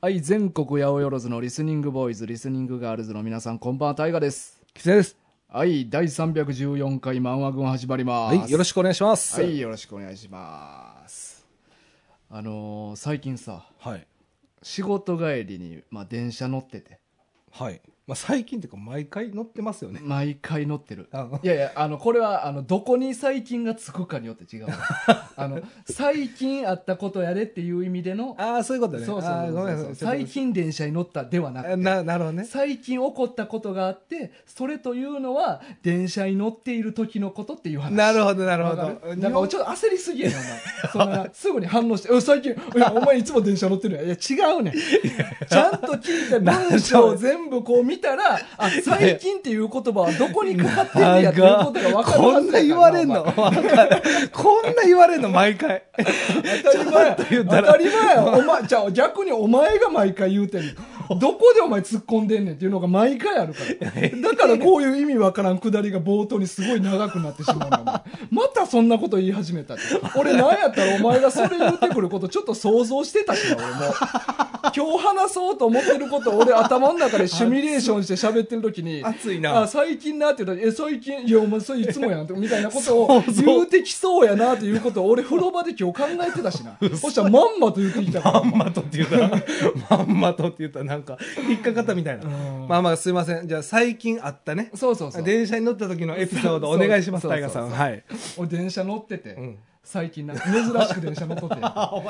はい、全国八百万のリスニングボーイズ、リスニングガールズの皆さん、こんばんは、タイガです。キツネです。はい、第314回漫画軍始まります。はい、よろしくお願いします。はい、よろしくお願いします。あのー最近さ、はい。仕事帰りに、まあ、電車乗ってて、はい。まあ、最近っていうか、毎回乗ってますよね。毎回乗ってる。あのいやいや、あの、これは、あの、どこに最近がつくかによって違う。 あの、最近あったことやでっていう意味での、ああ、そういうことね。そうそうあーごめんそなうそ。さいう最近電車に乗ったではなくて、な、なるほどね。最近起こったことがあってそれというのは電車に乗っている時のことっていう話なるほど、なるほわかど。るなんかちょっと焦りすぎやねん お前そんなすぐに反応してうん「最近いやお前いつも電車乗ってるやん」いや違うねんちゃんと聞いて文章を全部こう見たら「あ最近」っていう言葉はどこにかかってんねやっていうことが分かるこはんずなやから言われんのお前わかるこんな言われんの毎回。当たり前やちょっと言ったら当たり前やお前じゃあ逆にお前が毎回言うてんのどこでお前突っ込んでんねんっていうのが毎回あるからだからこういう意味わからんくだりが冒頭にすごい長くなってしまうのお前またそんなこと言い始めたって俺なんやったらお前がそれ言ってくることちょっと想像してたしな俺も今日話そうと思ってることを俺頭の中でシミュレーションして喋ってる時に熱いなあ最近なって言ったらえ最近いやお前それいつもやんみたいなことを想像言うてきそうやなということを俺風呂場で今日考えてたし なそしたらまんまと言ってきたからまんまとって言うたら、まんまとって言うたら、なんか、引っかかったみたいな。うんまあまあ、すいません。じゃあ、最近あったね。そうそうそう電車に乗った時のエピソードお願いします、そうそ大うそう河さん。そうはい。俺電車乗ってて、ん最近な珍しく電車乗っ とってお前、ほ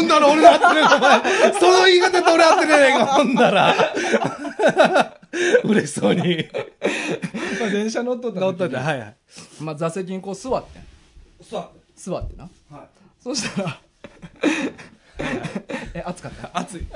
んなら俺が合ってねえか、お前。その言い方と俺合ってねえか、ほんなら。 嬉しそうに。まあ電車乗っとった時に乗っといて、はいはい。まあ、座席にこう座ってんさ座ってなあ、そしたら え暑かった暑い。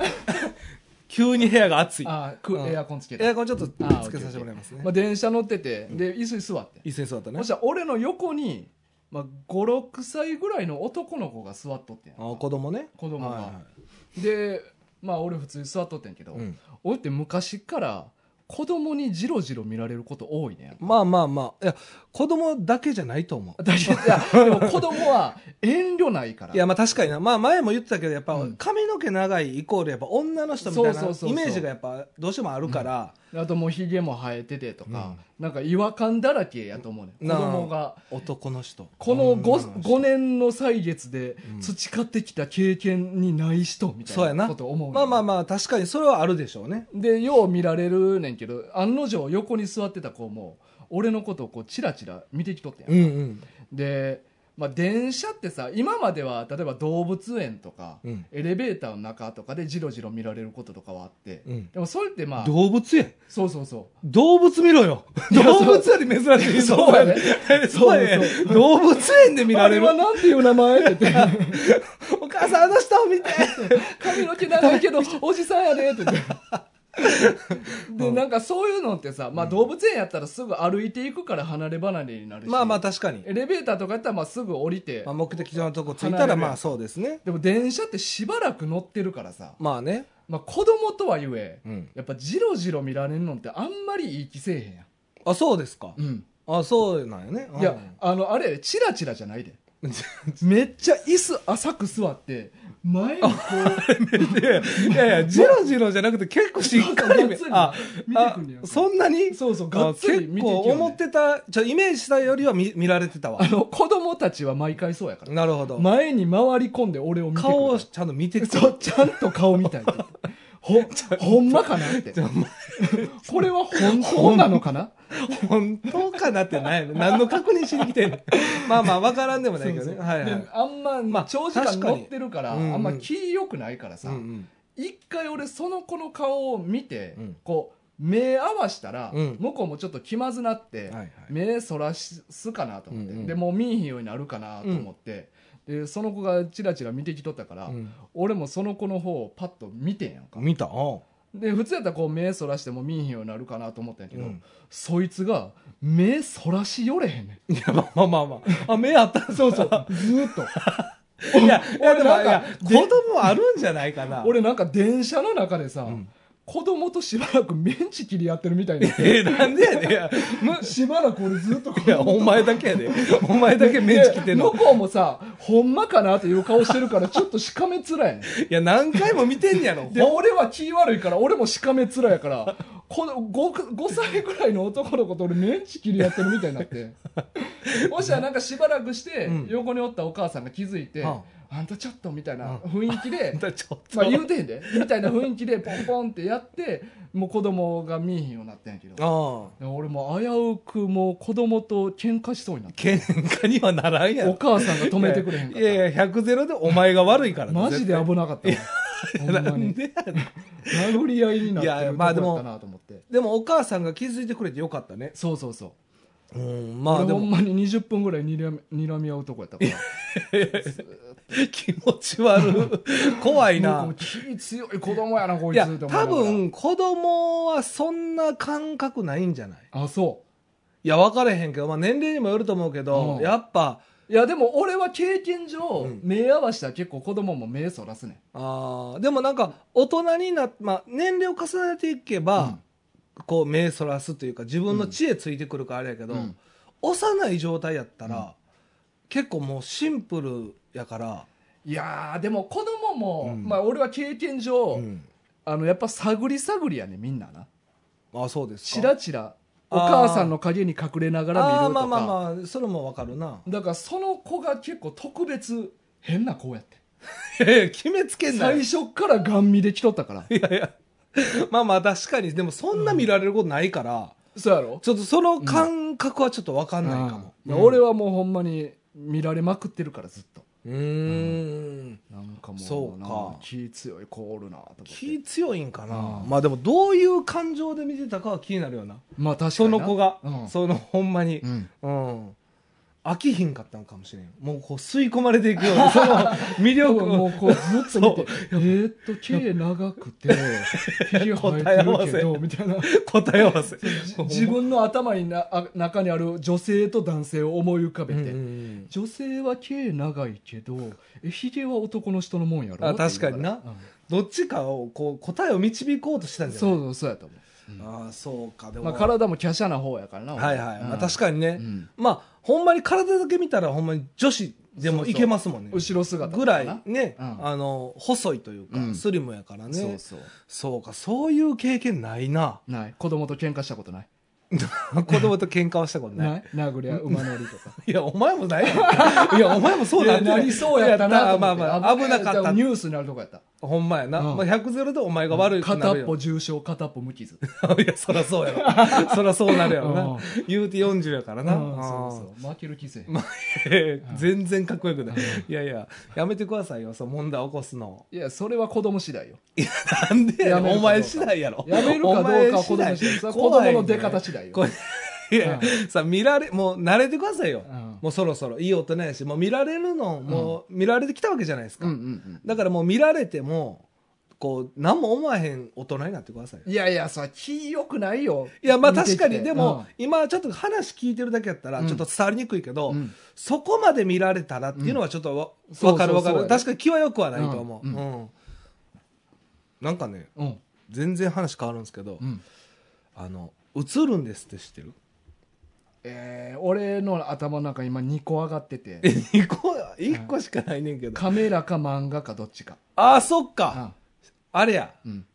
急に部屋が暑い。あーくうんエアコンつけエてアコンちょっとあーつけさせてもらいますねまあ、。電車乗っててで椅子に座ってん椅子に座ったねそし。たら俺の横に、まあ、56歳ぐらいの男の子が座っとってんやんあー子供ね。子供がはいはいでまあ俺普通に座っとってんけど、うん俺って昔から子供にジロジロ見られること多い ねまあまあまあ。いや、子供だけじゃないと思う。だけどいやでも子供は遠慮ないからいやまあ確かにな、まあ、前も言ってたけどやっぱうん髪の毛長いイコールやっぱ女の人みたいなそうそうそうそうイメージがやっぱどうしてもあるから、あともうひげも生えててとか、なんか違和感だらけやと思うね子なあ供が男の人この 5, 女人5年の歳月でうん培ってきた経験にない人みそうたやいななこと思うねんまあまあまあ確かにそれはあるでしょうねでよう見られるねんけど案の定横に座ってた子も俺のことをこうチラチラ見てきとってんやうんうんで、まあ、電車ってさ今までは例えば動物園とか、うんエレベーターの中とかでジロジロ見られることとかはあって、うんでもそれってまあ動物園そうそうそ動物見ろよや動物より珍しいそうやね そうやねそう動物園でう見ら れあるれはなんていう名前って言 ってお母さんあの人を見て髪の毛長いけどおじさんやでって言ってでなんかそういうのってさ、まあ、動物園やったらすぐ歩いていくから離れ離れになるし まあまあ確かに、エレベーターとかやったらまあすぐ降りて、まあ、目的地のとこ着いたらまあそうですねでも電車ってしばらく乗ってるからさ、まあねまあ、子供とはいえ、うんやっぱジロジロ見られんのってあんまりいい気せえへんやあそうですか、ん、うん、あそうなんやねいやあのあれやでチラチラじゃない でうんめっちゃ椅子浅く座って前にこいやいやいや、ジロジロじゃなくて結構しっかりが めっつりあ見てあくんねやそんなにうそうそうがあっつり結見てき構よ、ね、思ってた、ちょ、イメージしたよりは見見られてた わあ。の子供たちは毎回そうやからなるほど。前に回り込んで俺を見てくる顔をちゃんと見てくるそうちゃんと顔見たいって ほほんまかなって これは本当なのかな本当かなって ないの何の確認しに来てんの まあまあ、わからんでもないけどそうね。そうはいはいで。あんま、まあ長時間確か乗にってるからうんうんあんま気良くないからうさ、んうん一回俺その子の顔を見て、うんこう目合わしたら、うん向こうもちょっと気まずなって、はいはい目そらすかなと思って、うんうんでもう見えひんようになるかなと思って、でその子がチラチラ見てきとったから、うん俺もその子の方をパッと見てんやんか見たおうで普通やったらこう目そらしても見えひんようになるかなと思ったんやけど、うんそいつが目そらしよれへんね。いや、まあまあまあ。あ、目あった。そうそうん ずーっといや、いや、でも、い俺なんやか、子供あるんじゃないかな。俺なんか電車の中でさ、ん子供としばらくメンチ切り合ってるみたいなえなんでやねんいや。むしばらく俺ずっとこいや、お前だけやで。お前だけメンチ切ってんので。向こうもさほんまかなっていう顔してるからちょっとしかめつらいねいや、何回も見てんねやろ。で俺は気悪いから俺もしかめつらやからこの 5, 5歳ぐらいの男の子と俺メンチ切りやってるみたいになってもしはなんかしばらくしてうん横におったお母さんが気づいて「うん。あんたちょっと」みたいな雰囲気で だちょっとまあ言うてへんでみたいな雰囲気でポンポンってやってもう子供が見えへんようになったんやけどああ。で俺もう危うくもう子供と喧嘩しそうになって喧嘩にはならんやろお。母さんが止めてくれへんかっいやいやいや、100ゼロでお前が悪いからたなマジで絶危なかったわ対ほんまなんにでやねん殴り合いになっていやるとこまやあっでもたなと思ってでもお母さんが気づいてくれてよかったね。そうそうそううん、まあ俺でほもん、まに20分ぐらいにらみ睨み合うとこやったから気持ち悪い。 怖いもうな。気強い子供やなこいいつやって、思な多がら分子供はそんな感覚ないんじゃないあそいや、分かれへんけど、まあ年齢にもよると思うけど、うんやっぱ、ういやでも俺は経験上、うん目合わせたら結構子供も目そらすねあーでもなんか、大人になっまあ年齢を重ねていけば、こう目そらすというか自分の知恵ついてくるからあれやけど、うん幼い状態やったら、うん結構もうシンプルやから、いやーでも子供も、うんまあ俺は経験上、うんあのやっぱ探り探りやねみんななあそうですちからちらおあー母さんの影に隠れながら見るとかあーまあまあまあそれもわか るなだからその子が結構特別変な子やってええ決めつけんな最い初っからガン見で来とった からいやいやまあまあ確かにでもそんな見られることないから、そうやろちょっとその感覚はちょっとわかんないかも、うんうん俺はもうほんまに見られまくってるからずっとうーんなんかもうそうかなん気強い子おるなと思って気強いんかな、うんまあでもどういう感情で見てたかは気になるよなまあ確かになその子が、うんそのほんまにうんうん、飽きひんかったのかもしれんもうこう吸い込まれていくようなそ の魅力をもうこうずっと見てえーっと毛長く てひげ生えてるけどみたいな答え合わせじ自分の頭になあ中にある女性と男性を思い浮かべて、うんうんうん女性は毛長いけどえひげは男の人のもんやろっあて言い確かがにらなどっちかをこう答えを導こうとしたうんんじゃそなういそうそうやと思ああそうかでう、まも、あ、体も華奢な方やからな俺はいはい、うんまあ、確かにね、うんまあほんまに体だけ見たらほんまに女子でもいけますもんね後ろ姿ぐとからないね、うんあの細いというか、うんスリムやからねそうそうそうかそういう経験な いなない子供と喧嘩したことない子供と喧嘩はしたことないない殴り合い馬乗りとかいや、お前もない やん いや、お前もそういなやんなりそうやったなと思まっあてまあ、危なかった。ニュースになるとこやったほんまやな。うんまあ、100ゼロでお前が悪いくな片るっよ。ぽ重傷片っぽ無傷 いや、そらそうやろ。そらそうなるやろう。なん言うて40やからうんな。そうそう負ける気せえへんうん全然かっこよくない。いやいや、やめてくださいよ、そう、問題起こすの。いやそれは子供次第よなんでややめるかどうかねんお前次第やろ。やめるかどうかは子供次第それは子供の出方次第よこれいや、さ、見られ、もう慣れてくださいようん。もうそろそろ、いい大人やし、もう見られるの、もう見られてきたわけじゃないですかうんう。んだからもう見られても、こう、何も思わへん大人になってくださいようんいやいやさ気良くないよいや、まあ見て確きてかに、でうもん、今ちょっと話聞いてるだけやったら、うんちょっと伝わりにくいけどうん、そこまで見られたらっていうのはちょっとわんそうわかるわかそうそうる。そう確かに気は良くはないと思う。ううんん。なんかね、うん全然話変わるんですけどう、んあの、映るんですって知ってるえー俺の頭の中今2個上がっててえ、2個、1個しかないねんけど。カメラか漫画かどっちかあ、そっか。あれや。うんうん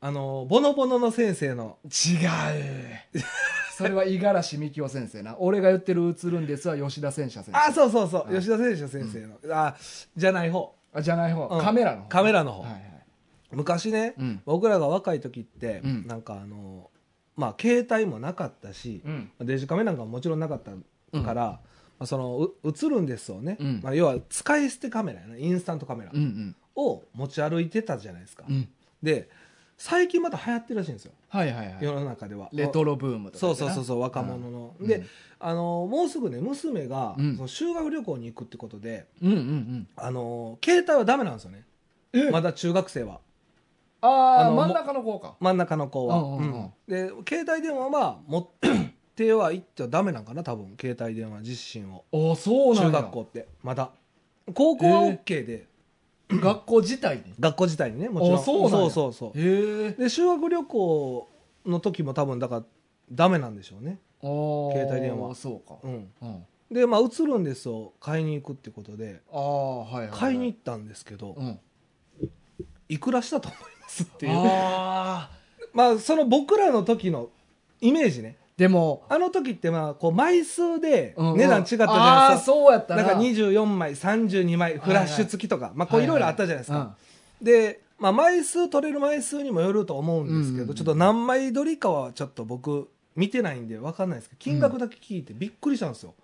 あの、ボノボノの先生の。違 うそれは五十嵐美樹夫先生な俺が言ってる「映るんです」は吉田戦車先生あ、そうそうそう。うん吉田選手の先生の。あ、じゃない方。あじゃない方、うんカメラの方カメラの方はいはい昔ね、うん僕らが若い時って、うんなんかあのまあ携帯もなかったし、うんデジカメなんかももちろんなかったから、まあ、そのう映るんですをね、うんまあ、要は使い捨てカメラやなインスタントカメラうんうんを持ち歩いてたじゃないですか、うんで最近また流行ってるらしいんですよはいはいはい世の中ではレトロブームとかそやうなそうそうそう若者の、で、あのもうすぐね娘が、うんその修学旅行に行くってことでうんうんうんあの携帯はダメなんです よねえまだ中学生はあああの真ん中の方か真ん中の子は、うんうんで携帯電話は持ってはいってはダメなんかな多分携帯電話自身をああそうな中んだ学校ってまだ高校はえー OK で、学校自体に学校自体にねもちろんあそうなんやそうそうそうへえで修学旅行の時も多分だからダメなんでしょうね、携帯電話そうか、うん、うんでまあ映るんですよ買いに行くってことでああはいはい、はい、買いに行ったんですけど、うん、っいくらしたと思いますってていいううああ まあその僕らの時のイメージねでもあの時ってまあこう枚数でうんうん値段違ったじゃあなあいですか、そうやったななんか24枚32枚フラッシュ付きとか、まあこういろいろあったじゃないですか、ははで、まあ、枚数取れる枚数にもよると思うんですけうど、んちょっと何枚取りかはちょっと僕見てないんで分かんないですけど金額だけ聞いてびっくりしたんですよ、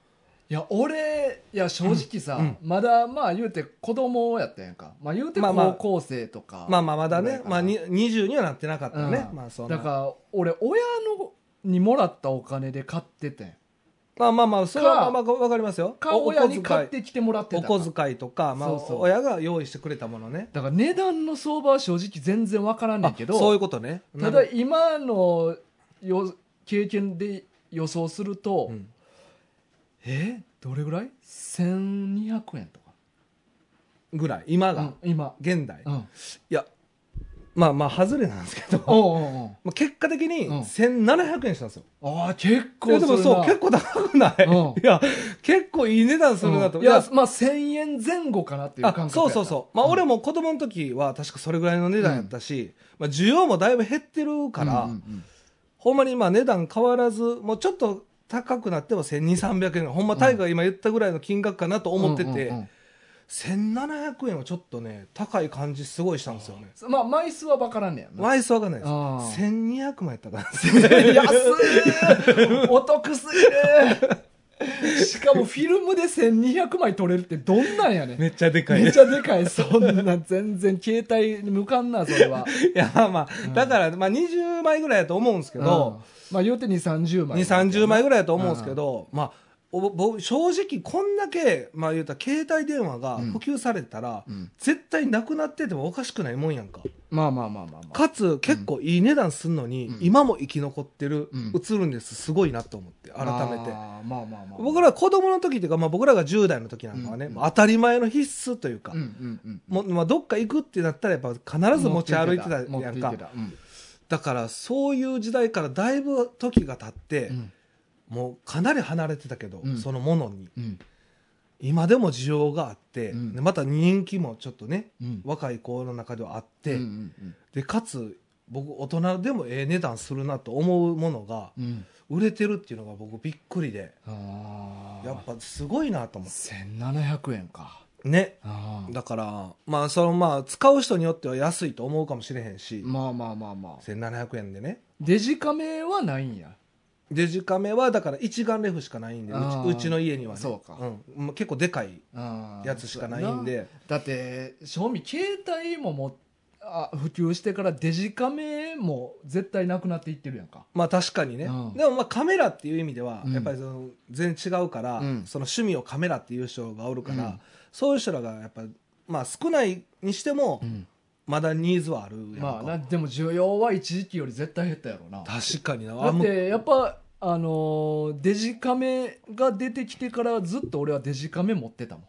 いや俺いや正直さ、うんうんまだまあ言うて子供やったやんか、まあ、言うてまあまあ高校生とか、まあまあまだね、まあ、にに20にはなってなかったね、うんまあそんなだから俺親のにもらったお金で買っててんまあまあまあそれはかまあ分かりますよかおお親小に遣買っいてきてもらっておたから小遣いとか、まあ、そうそう親が用意してくれたものねだから値段の相場は正直全然わからんねあんけどそういうことねたなだる今のよ経験で予想すると、うんえどれぐらい ?1200 円とか、ぐらい今が、うん今、現代、ういん、やまあまあ外れなんですけど、おうおうおうまあ、結果的にうん1700円したんですよ、ああ結いや構でもするそうな結構高くない、ういや結構いい値段するなと、うんいやまあ1000円前後かなっていう感あ覚そうそうそうまあうん俺も子供の時は確かそれぐらいの値段やったし、まあ、需要もだいぶ減ってるうから、んうんうんほんまにまあ値段変わらずもうちょっと高くなっても1200300円ほんまタイが今言ったぐらいの金額かなと思ってて、うんうんうん1700円はちょっとね高い感じすごいしたんですよねまあ枚数は分からんねやな枚数わかんないであすー1200枚やったから安いお得すぎるしかもフィルムで1200枚撮れるってどんなんやねん めっちゃでかいめちゃでかいそんな全然携帯に向かんなそれはいやまあまあ、だから、まあ、20枚ぐらいだと思うんですけど、うんまあ言うて2 3 0枚2三3 0枚ぐらいだと思うんですけど、まあおぼ正直こんだけ、まあ、言うたら携帯電話が普及されたら、うん絶対なくなっててもおかしくないもんやんかまあまあまあまあまあかつ結構いい値段すんのに、うん今も生き残ってる、うん映るんですすごいなと思って改めてあーまあまあまあ僕ら子供の時っていうか、まあ、僕らが10代の時なんかはね、うんもう当たり前の必須というか、うんうんうんもうまあ、どっか行くってなったらやっぱ必ず持ち歩いてたやん持って行かってたうんだからそういう時代からだいぶ時が経って、うんもうかなり離れてたけど、うんそのものにうん今でも需要があって、うんでまた人気もちょっとねうん若い子の中ではあって、うんうんでかつ僕大人でもええ値段するなと思うものがうんうん売れてるっていうのが僕びっくりでああやっぱすごいなと思っ1700円かてねあーだからまあそのまあ使う人によっては安いと思うかもしれへんし、まあまあまあまあ1700円でねデジカメはないんやデジカメはだから一眼レフしかないんでうあーちうちの家にはねそうかん、もう結構でかいあーやつしかないんでだって正味携帯ももあ普及してからデジカメも絶対なくなっていってるやんかまあ確かにね、うんでもまあカメラっていう意味ではうんやっぱりその全然違うから、うんその趣味をカメラっていう人がおるから、うんそういう人らがやっぱまあ少ないにしてもまだニーズはあるやんか、まあなでも需要は一時期より絶対減ったやろうなだ確かになあっもうてやっぱあのーデジカメが出てきてからずっと俺はデジカメ持ってたもん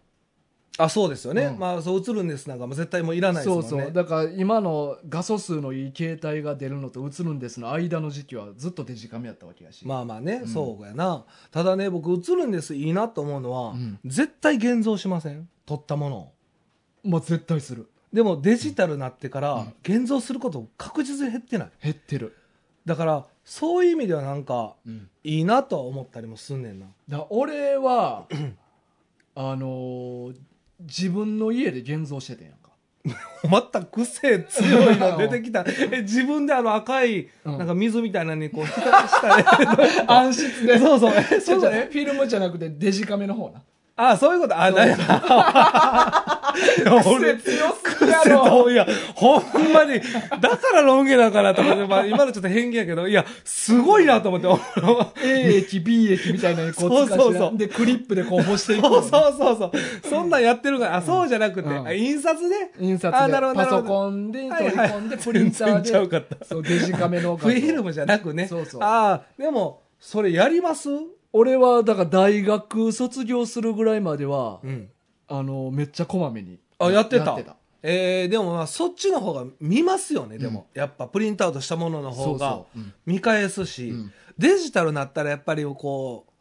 あそうですよね、うんまあそう映るんですなんかもう絶対もういらないですもそんうねそうだから今の画素数のいい携帯が出るのと映るんですの間の時期はずっとデジカメやったわけやし、まあまあね、うんそうやなただね僕映るんですいいなと思うのは、うん絶対現像しません撮ったものをまあ絶対するでもデジタルになってかうらん現像すること確実に減ってない減ってる、だからそういう意味ではなんかいいなとは思ったりもすんねんな だから俺は あのー自分の家で現像しててんや んかまた癖強いの出てき たえ自分であの赤いうんなんか水みたいなのにこう浸した ね暗室でそうそうえそ そじゃなううじゃない いフィルムじゃなくてデジカメの方なあそういうことあなんや癖 俺強すぎ癖やろといやほんまにだからロン毛なんかなと思って、まあ、今のちょっと偏見やけどいやすごいなと思って A 液 B 液みたいなのにこう使そううそうそうでクリップでこう干していくそうそうそうそうそんなんやってるからあそうじゃなくて、うんあ印刷ね印刷あでなるほどパなるほソどコンで取り込んでプリンタ全然ちゃうーかっでたそうデジカメのフ画像ィルムじゃなくね。そうそうああ、でも、それやります俺はだから大学卒業するぐらいまでは、ん。あのめっちゃこまめにあやってたってたえーでもまあそっちの方が見ますよねでも、やっぱプリントアウトしたものの方そうがそううん見返すしうんデジタルになったらやっぱりこう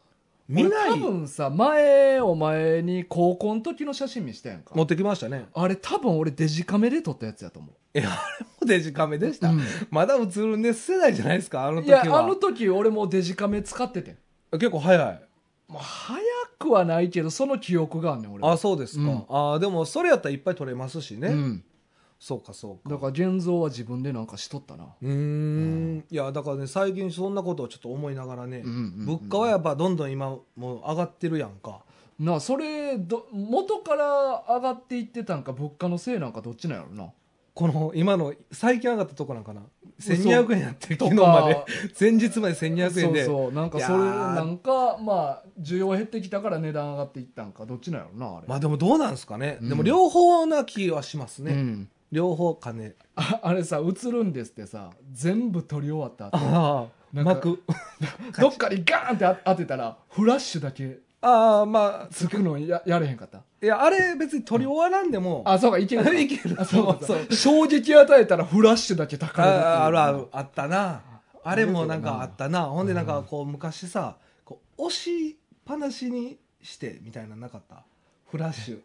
見ない俺多分さ前お前に高校の時の写真見したやんか持ってきましたねあれ多分俺デジカメで撮ったやつやと思いやあれもデジカメでした、うんまだ映るんです世代じゃないですかあのうい時はやあの時俺もうデジカメ使っててん結構早いもう早くはないけどその記憶があんねん俺はあそうですうか、んあでもそれやったらいっぱい撮れますしね、うん、そうかそうかだから現像は自分でなんかしとったなうーんいやだからね最近そんなことをちょっと思いながらね、うんうんうん物価はやっぱどんどん今もう上がってるやんかなあそれど元から上がっていってたんか物価のせいなんかどっちなんやろなこの今の最近上がったとこなんかなそう1200円やってと昨か日まで 前日まで1200そ円うでそうなんかそれいやーなんかまあ需要減ってきたから値段上がっていったんかどっちなんやろなあれ、まあでもどうなんですかね、うんでも両方な気はしますね、うん、両方金 ああれさ映るんですってさ全部撮り終わった後ああなんか 幕どっかにガーンってあ当てたらフラッシュだけああまあつくのややれへんかったいやあれ別に取り終わらんでも、あそうかいけるか いけるあそうかそうそう衝撃与えたらフラッシュだけ高いああるあるあったなあれもなんかあったなほんでなんうかんこう昔さこう押しっぱなしにしてみたいなのなかったフラッシュ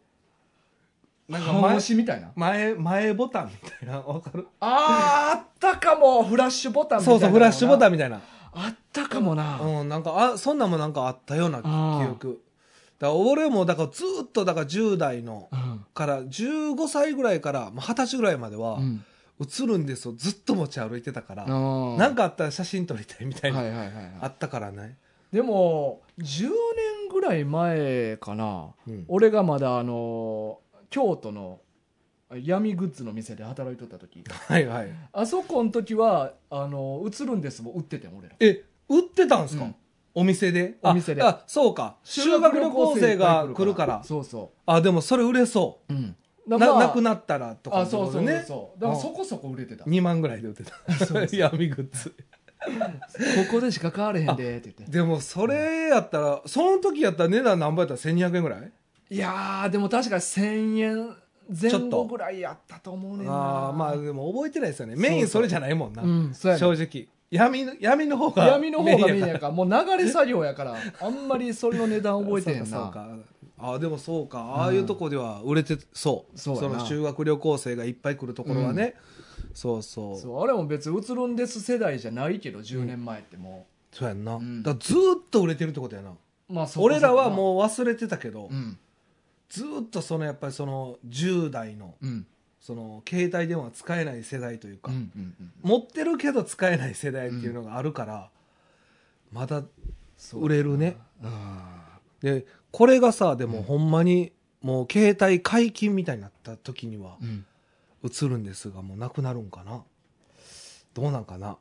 なんか半前押しみたいな前前ボタンみたいなわかるあーあったかもフラッシュボタンみたいそなうそうフラッシュボタンンみたいなあったかもな、うんなんかあそんなんもなんかあったような記あー憶だから俺もだからずっとだから10代のうんから15歳ぐらいからまあ二十歳ぐらいまではうん映るんですよずっと持ち歩いてたからうんなんかあったら写真撮りたいみたはいいはないはいはいあったからねでも10年ぐらい前かなうん俺がまだあの京都の闇グッズの店で働いとった時はいはい。あそこの時はあの映るんですも売っててん俺らえ、売ってたんですか、うんお店でお店であ、あそうか。修学旅行生が来るから。そうそ、あ、でもそれ売れそううん、う。な、なくなったらとかあってそこうとそうね。そうそうだからそこそこ売れてたこ2万ぐらいで売ってた。 闇グッズ。こでしか買われへんでって言ってでもそれやったら、その時やったら値段何倍やったら1200円ぐらいいやーでも確か1000円前ちょっ後とぐらいやったと思うねんなあーまあでも覚えてないですよね。メイそうンそそうれじゃないもんな。うんそうやね正直。闇の、闇の方が。闇の方がメインややからからもう流れ作業やからあんまりそれの値段覚えてへんな そうかそうかあでもそうかああいうとこでは売れてそうそうやなの修学旅行生がいっぱい来るところはね、そうそうそうそうあれも別に映るんです世代じゃないけど10年前ってもやんな、うんだからずーっと売れてるってことやなう、まあそこそこな俺らはもう忘れてたけど、うんずーっとそのやっぱりその10代のうんその携帯電話使えない世代といううか、んうんうん持ってるけど使えない世代っていうのがあるから、まだそう売れるねあでこれがさでもほんまにもう携帯解禁みたいになった時にはー、うん、映るんですがもうなくなるんかなどうなんかな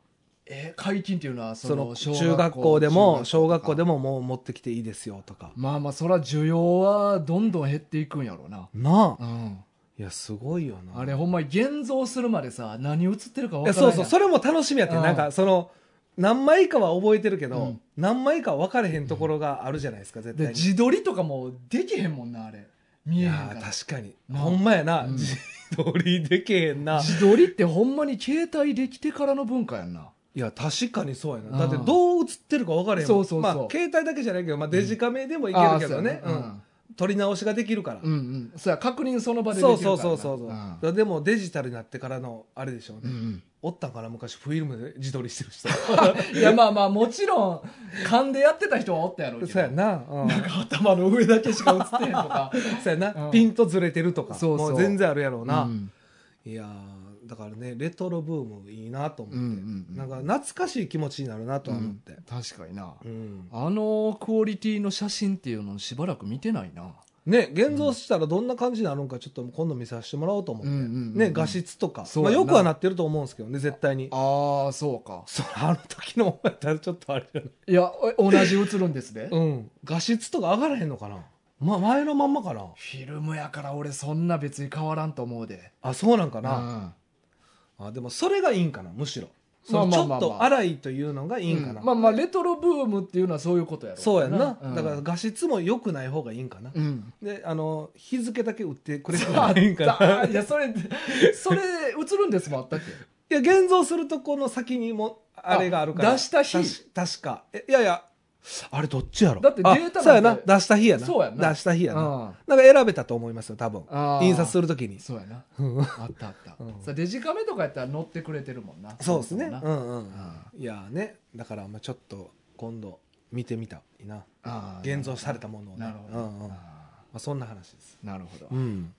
えー解禁っていうのはそそのの小中学校でも小学校でもももう持ってきていいですよとかまあまあそら需要はどんどん減っていくんやろうな、なうあん、いやすごいよなあれほんまに現像するまでさ何映ってるかい分やからそなういそうそれも楽しみやってうんなんかその何枚かは覚えてるけど、うん何枚かは分かれへんところがあるじゃないですか絶で対に自撮りとかもできへんもんなあれ見いえへんやかーら確かになあほんまやな、うん自撮りでけへんな自撮りってほんまに携帯できてからの文化やんないや確かにそうやうなんだってどう映ってるか分からへんもんそうそうそうまあ携帯だけじゃないけど、まあ、デジカメでもいいけるけどね、うん撮り直しができるから、うんうんそうや確認その場でできそるうからなそうそうそうそう、だからでもデジタルになってからのあれでしょううね、んおったんかな昔フィルムで自撮りしてる人うんいや まあまあもちろん勘でやってた人はおったやろうけどそうやな、うんなんか頭の上だけしか映ってへんとかそうやな、うんピンとずれてるとかそうそうもう全然あるやろうな、うんいやーだからねレトロブームいいなと思って、うんうんうんなんか懐かしい気持ちになるなとは思って、確かになうんあのクオリティの写真っていうのしばらく見てないなね現像したらどんな感じになるんかちょっと今度見させてもらおうと思って、うんうんうんね画質とか、そうまやあ、なよくはなってると思うんですけどね絶対にああそうかそうあの時のお前たらちょっとあれじゃないいやお同じ映るんですね、うん、画質とか上がらへんのかな、ま、前のまんまかなフィルムやから俺そんな別に変わらんと思うであそうなんかな、なあでもそれがいいんかなむしろそのまちあょまあまあまあっと荒いというのがいいんかな、まあまあレトロブームっていうのはそういうことやろそうやんな、うんだから画質も良くない方がいいんかな、うんであの日付だけ売ってくれたあらいいんかなあいやそれそれ映るんですもんあったっけいや現像するとこの先にもあれがあるからあ出した日たし確かえいやいやあれどっちやろだってデータなんてあそうやな出した日やなそうやんな出した日やな、うんなんか選べたと思いますよ多分あー印刷するときにそうやなうんあったあった、うんさデジカメとかやったら乗ってくれてるもんなそうですねなうんうん、ういやねだからまあちょっと今度見てみたいなあー現像されたものをねなるほど、うんうんまああ、そんな話ですーなるほど、うん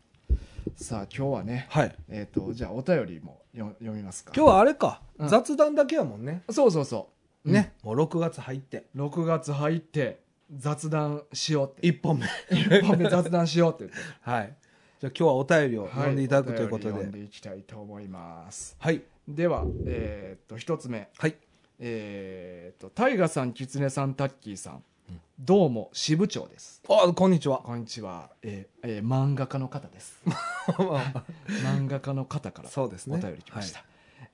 さあ今日はねはいえっ、とじゃあお便りもよ読みますか今日はあれか、うん雑談だけやもんね、そうそうそう、ねもう6月入ってうん6月入って雑談しようって1本目 一本目雑談しようって言って はいじゃあ今日はお便りを読んでいただくはということおで、便り読んでいきたいと思いますはい。ではえっ、と一つ目はい。えっ、とタイガさんキツネさんタッキーさんどうも支部長ですあ、こんにちは。こんにちは、えーえー漫画家の方です 漫画家の方からそうですね。お便り来ました、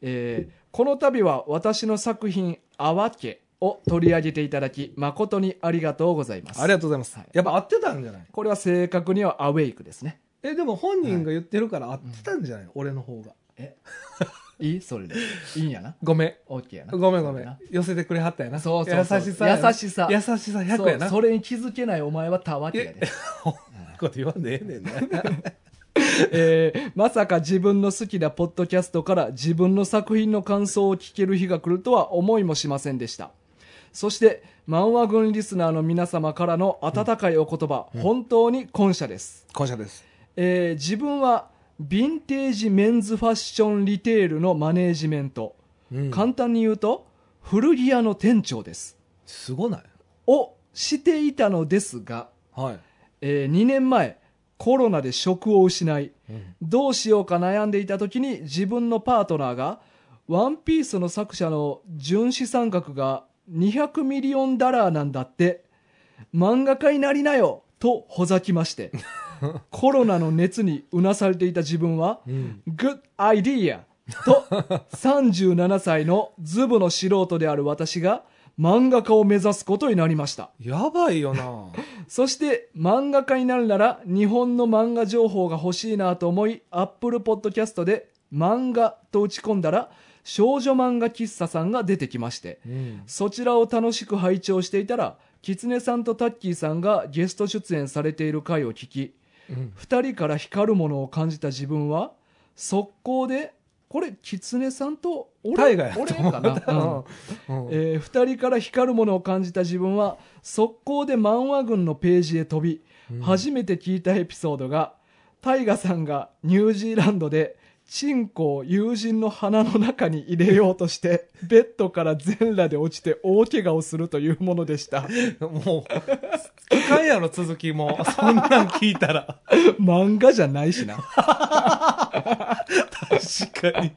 えーこの度は私の作品「あわけ」を取り上げていただき誠にありがとうございますはい。ありがとうございますはい。やっぱ合ってたんじゃないこれは正確には「アウェイク」ですねえ、でも本人が言ってるから合ってたんじゃないの俺の方が。 いいそれでいいんやなごめ。OK やなんごめんごめ。なん寄せてくれはったやな。そうそうそう優しさやな。優しさ優しさ100やな。そうそれに気づけないお前はたわけやで、こと言わんでええねんな。えーまさか自分の好きなポッドキャストから自分の作品の感想を聞ける日が来るとは思いもしませんでしたそして漫画軍リスナーの皆様からの温かいお言葉、本当に感謝です感謝です。えー自分はヴィンテージメンズファッションリテールのマネージメント、うん簡単に言うと古着屋の店長ですすごないをしていたのですが、はい。え2年前コロナで職を失いどうしようか悩んでいた時に自分のパートナーが「ワンピースの作者の純資産額が200ミリオンダラーなんだって漫画家になりなよ」とほざきましてコロナの熱にうなされていた自分はうん。 「グッアイディア」と37歳のズブの素人である私が漫画家を目指すことになりましたやばいよな。そして漫画家になるなら日本の漫画情報が欲しいなと思い Apple Podcast で「漫画」と打ち込んだら少女漫画喫茶さんが出てきましてうん。そちらを楽しく拝聴していたらキツネさんとタッキーさんがゲスト出演されている回を聞き2人から光るものを感じた自分は速攻でこれキツネさんと俺大河やと俺思かな、うんうん。うん。え2人から光るものを感じた自分は速攻で漫画軍のページへ飛び、初めて聞いたエピソードがタイガさんがニュージーランドでチンコを友人の鼻の中に入れようとしてベッドから全裸で落ちて大怪我をするというものでした もう、聞かんやろ、続きも。 そんなん聞いたら。漫画じゃないしな確かに。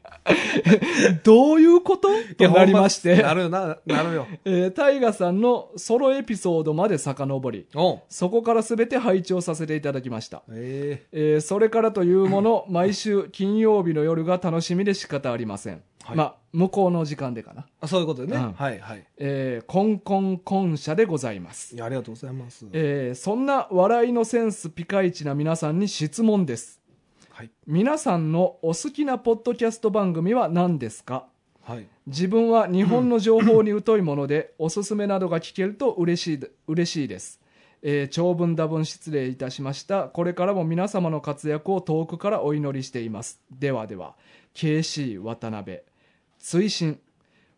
どういうこととなりましいやてほんなるよな、なるよ。えータイガさんのソロエピソードまで遡りおう。そこから全て拝聴させていただきましたええーそれからというもの、毎週金曜日の夜が楽しみで仕方ありません。はいまあ、向こうの時間でかな。えそういうことね。うんはいはい。えー、コンコンコン社でございますい。やありがとうございます。えーそんな笑いのセンスピカイチな皆さんに質問です。はい。皆さんのお好きなポッドキャスト番組は何ですかはい。自分は日本の情報に疎いもので、おすすめなどが聞けると嬉しいで、嬉しいです。えー長文多文失礼いたしました。これからも皆様の活躍を遠くからお祈りしています。ではでは、KC 渡辺。追伸。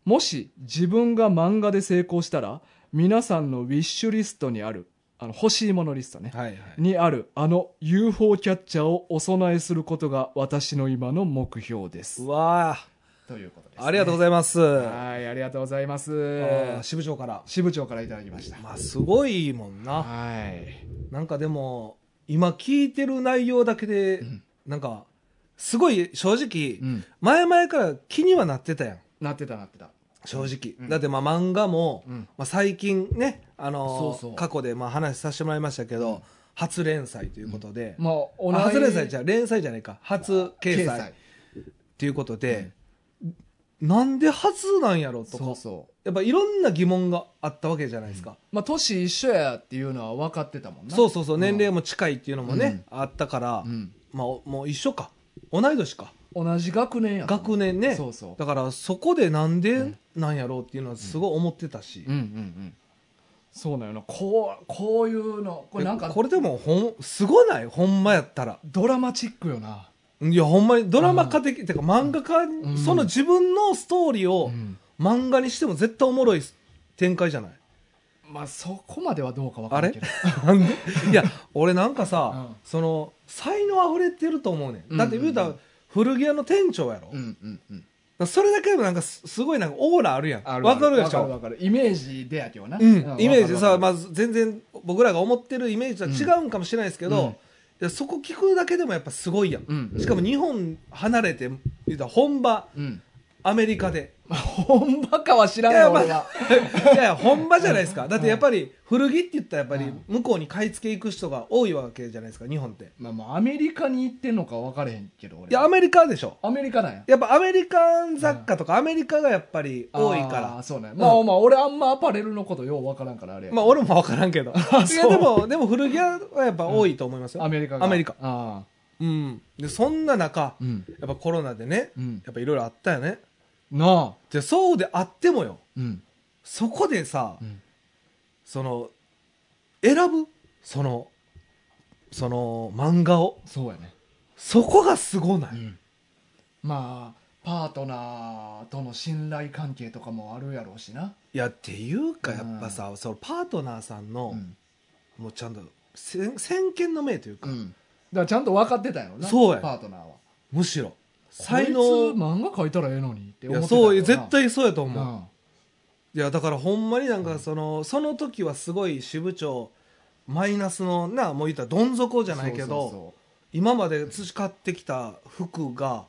もし自分が漫画で成功したら、皆さんのウィッシュリストにある、あの、欲しいものリストね。はいはい。にある、あの UFO キャッチャーをお供えすることが私の今の目標ですう。わということですね、あ、ありがとうございます。あはい、ありがとうございます。ー支部長から。支部長からいただきました。まあ、すごいもんな。はい。なんかでも、今聞いてる内容だけで、なんか、すごい正直、うん前々から気にはなってたやん。なってたなってた。正直、うんだってまあ漫画も、うんまあ、最近ね、あのーそうそう過去でまあ話させてもらいましたけど、初連載ということで、まあ、同あじ。初連載じゃ連載じゃないか初掲載掲載っていうことで、なんで初なんやろとかそうそうやっぱいろんな疑問があったわけじゃないですか、まあ年一緒やっていうのは分かってたもんなそううそうそう年齢も近いっていうのもね、あったから、ん、まあおもう一緒か同い年か同じ学年やったもん学年ねそうそうだからそこでなんうでんなんやろうっていうのはすごい思ってたし、うんうんうんそうなよなこうこういうのこれなんかこれでもほんすごないほんまやったらドラマチックよないやほんまにドラマ化的ってか漫画化、んその自分のストーリーを漫画にしても絶対おもろい展開じ ゃないまあそこまではどうか分かあらんれけどなんでいや俺なんかさ、うんその才能あふれてると思うねんだって言うたうんらうん古着屋の店長やろ、うんうんうんそれだけでもなんかすすごいなんかオーラあるやんあわかるでしわかるょわかるイメージでやけどな、うん、イメージさ、まずあ、全然僕らが思ってるイメージとは違うんかもしれないですけど、うんいやそこ聞くだけでもやっぱすごいやん、うんしかも日本離れて言うたら本場うんアメリカで、まあ本場かは知らんいやよまあ俺は いやいや本場じゃないですかだってやっぱり古着って言ったらやっぱり向こうに買い付け行く人が多いわけじゃないですか日本ってまあまあアメリカに行ってんのか分かれへんけど俺はいやアメリカでしょアメリカなんややっぱアメリカン雑貨とかアメリカがやっぱり多いかあーらそうね、まあまあ俺あんまアパレルのことよう分からんからあれやけどまあ俺も分から んけどいやそうでもでも古着屋はやっぱ多いと思いますよアメリカがアメリカあうんでそんな中あうんやっぱコロナでねうんやっぱいろいろあったよねなあでそうであってもようんそこでさうんその選ぶそのその漫画をそうやね、そこがすごない、まあパートナーとの信頼関係とかもあるやろうしな、いやっていうかやっぱさ、そのパートナーさんの、うんもうちゃんと先先見の明というか、だからちゃんと分かってたんやろなそうやパートナーはむしろ才こいつ能漫画描いたらええのにってい思っやてたんやろそうな絶対そうやと思う、うんいやだからほんまになんかその、その時はすごい支部長マイナスのなもう言ったらどん底じゃないけそどうそう今まで培ってきた服が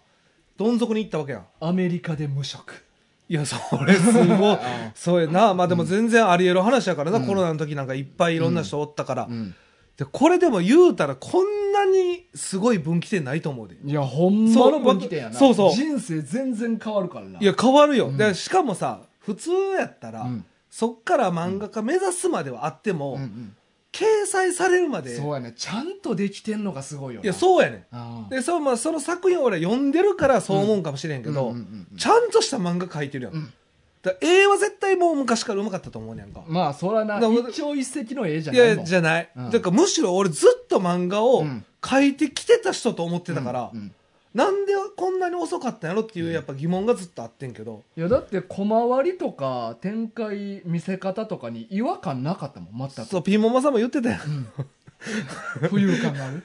どん底に行ったわけやんそうアメリカで無職いやそれすごい そうやなまあでも全然ありえる話やからな、うんコロナの時なんかいっぱいいろんな人おったから、うんでこれでも言うたらこんなにすごい分岐点ないと思うでいやほんまの分岐点やなそうそうそう人生全然変わるからないや変わるよ、うんでしかもさ普通やったら、うんそっから漫画家目指すまではあっても、うんうん掲載されるまでそうやねちゃんとできてんのがすごいよないやそうやねうんんでそう、まあ、その作品を俺は読んでるからそう思うんかもしれんけうんど、うんうんうんちゃんとした漫画描いてるやん、うんだから絵は絶対もう昔からうまかったと思うねやんか、まあそらなだから一朝一夕の絵じゃいないもんやじゃない、うんだからむしろ俺ずっと漫画うをん描いてきてた人と思ってたから、うんうんなんでこんなに遅かったんやろっていうやっぱ疑問がずっとあってんけど、いやだって小回りとか展開見せ方とかに違和感なかったもん全くそうピーモマさんも言ってたやん 浮遊感がある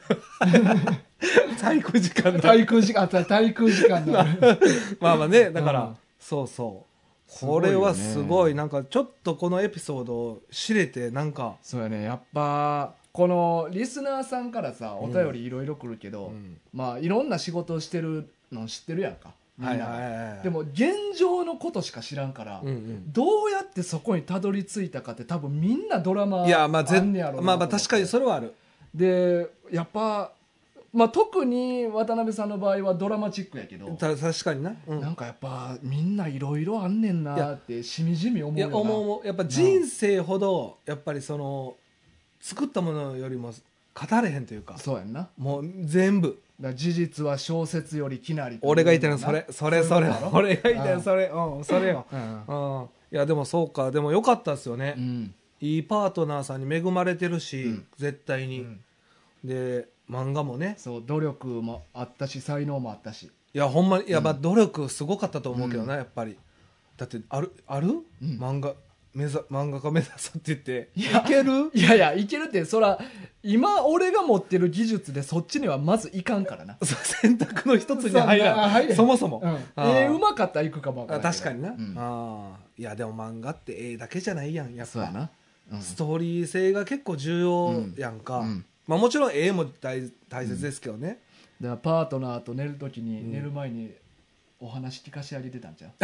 体育時間 だ対空時間あった対空時間があ るまあまあねだから、うんそうそうすごこいよねれはすごいなんかちょっとこのエピソードを知れてなんか、そうやねやっぱこのリスナーさんからさお便りいろいろ来るけど、うんまあいろんな仕事をしてるの知ってるやんかみんはいな、はいはいはいで、も現状のことしか知らんから、うんうんどうやってそこにたどり着いたかって多分みんなドラマいやまあぜあんねやろうなと思ってまあまあ確かにそれはあるでやっぱ、まあ、特に渡辺さんの場合はドラマチックやけど、た確かにな、うんなんかやっぱみんないろいろあんねんなってしみじみ思ういやよな思う思うやっぱ人生ほどやっぱりその作ったものよりも語れへんというかそうやんなだかもう全部ら事実は小説よりきなり俺が言いたいのそれそれそれそういうことだろ 俺が言いたいのそれうんそれよ、ううんんいやでもそうかでもよかったですよね、うんいいパートナーさんに恵まれてるし、うん絶対に、うんで漫画もねそう努力もあったし才能もあったしいやほんまにいや、まあ努力すごかったと思うけどな、やっぱりだってあるある、うん漫画目ざ漫画家目指すって言っいてけるいやいやいけるってそら今俺が持ってる技術でそっちにはまずいかんからな そう選択の一つに入そうあ入られなへんいそもそも、うんあーえうまかったら行くかもわらあんけど確かにな、うんあーいやでも漫画って絵だけじゃないやんやっそうやぱな、うんストーリー性が結構重要やんか、うんうんまあ、もちろん絵も大大切ですけどね、だからパートナーと寝るときに寝る前にお話聞かせてあげてたんちゃう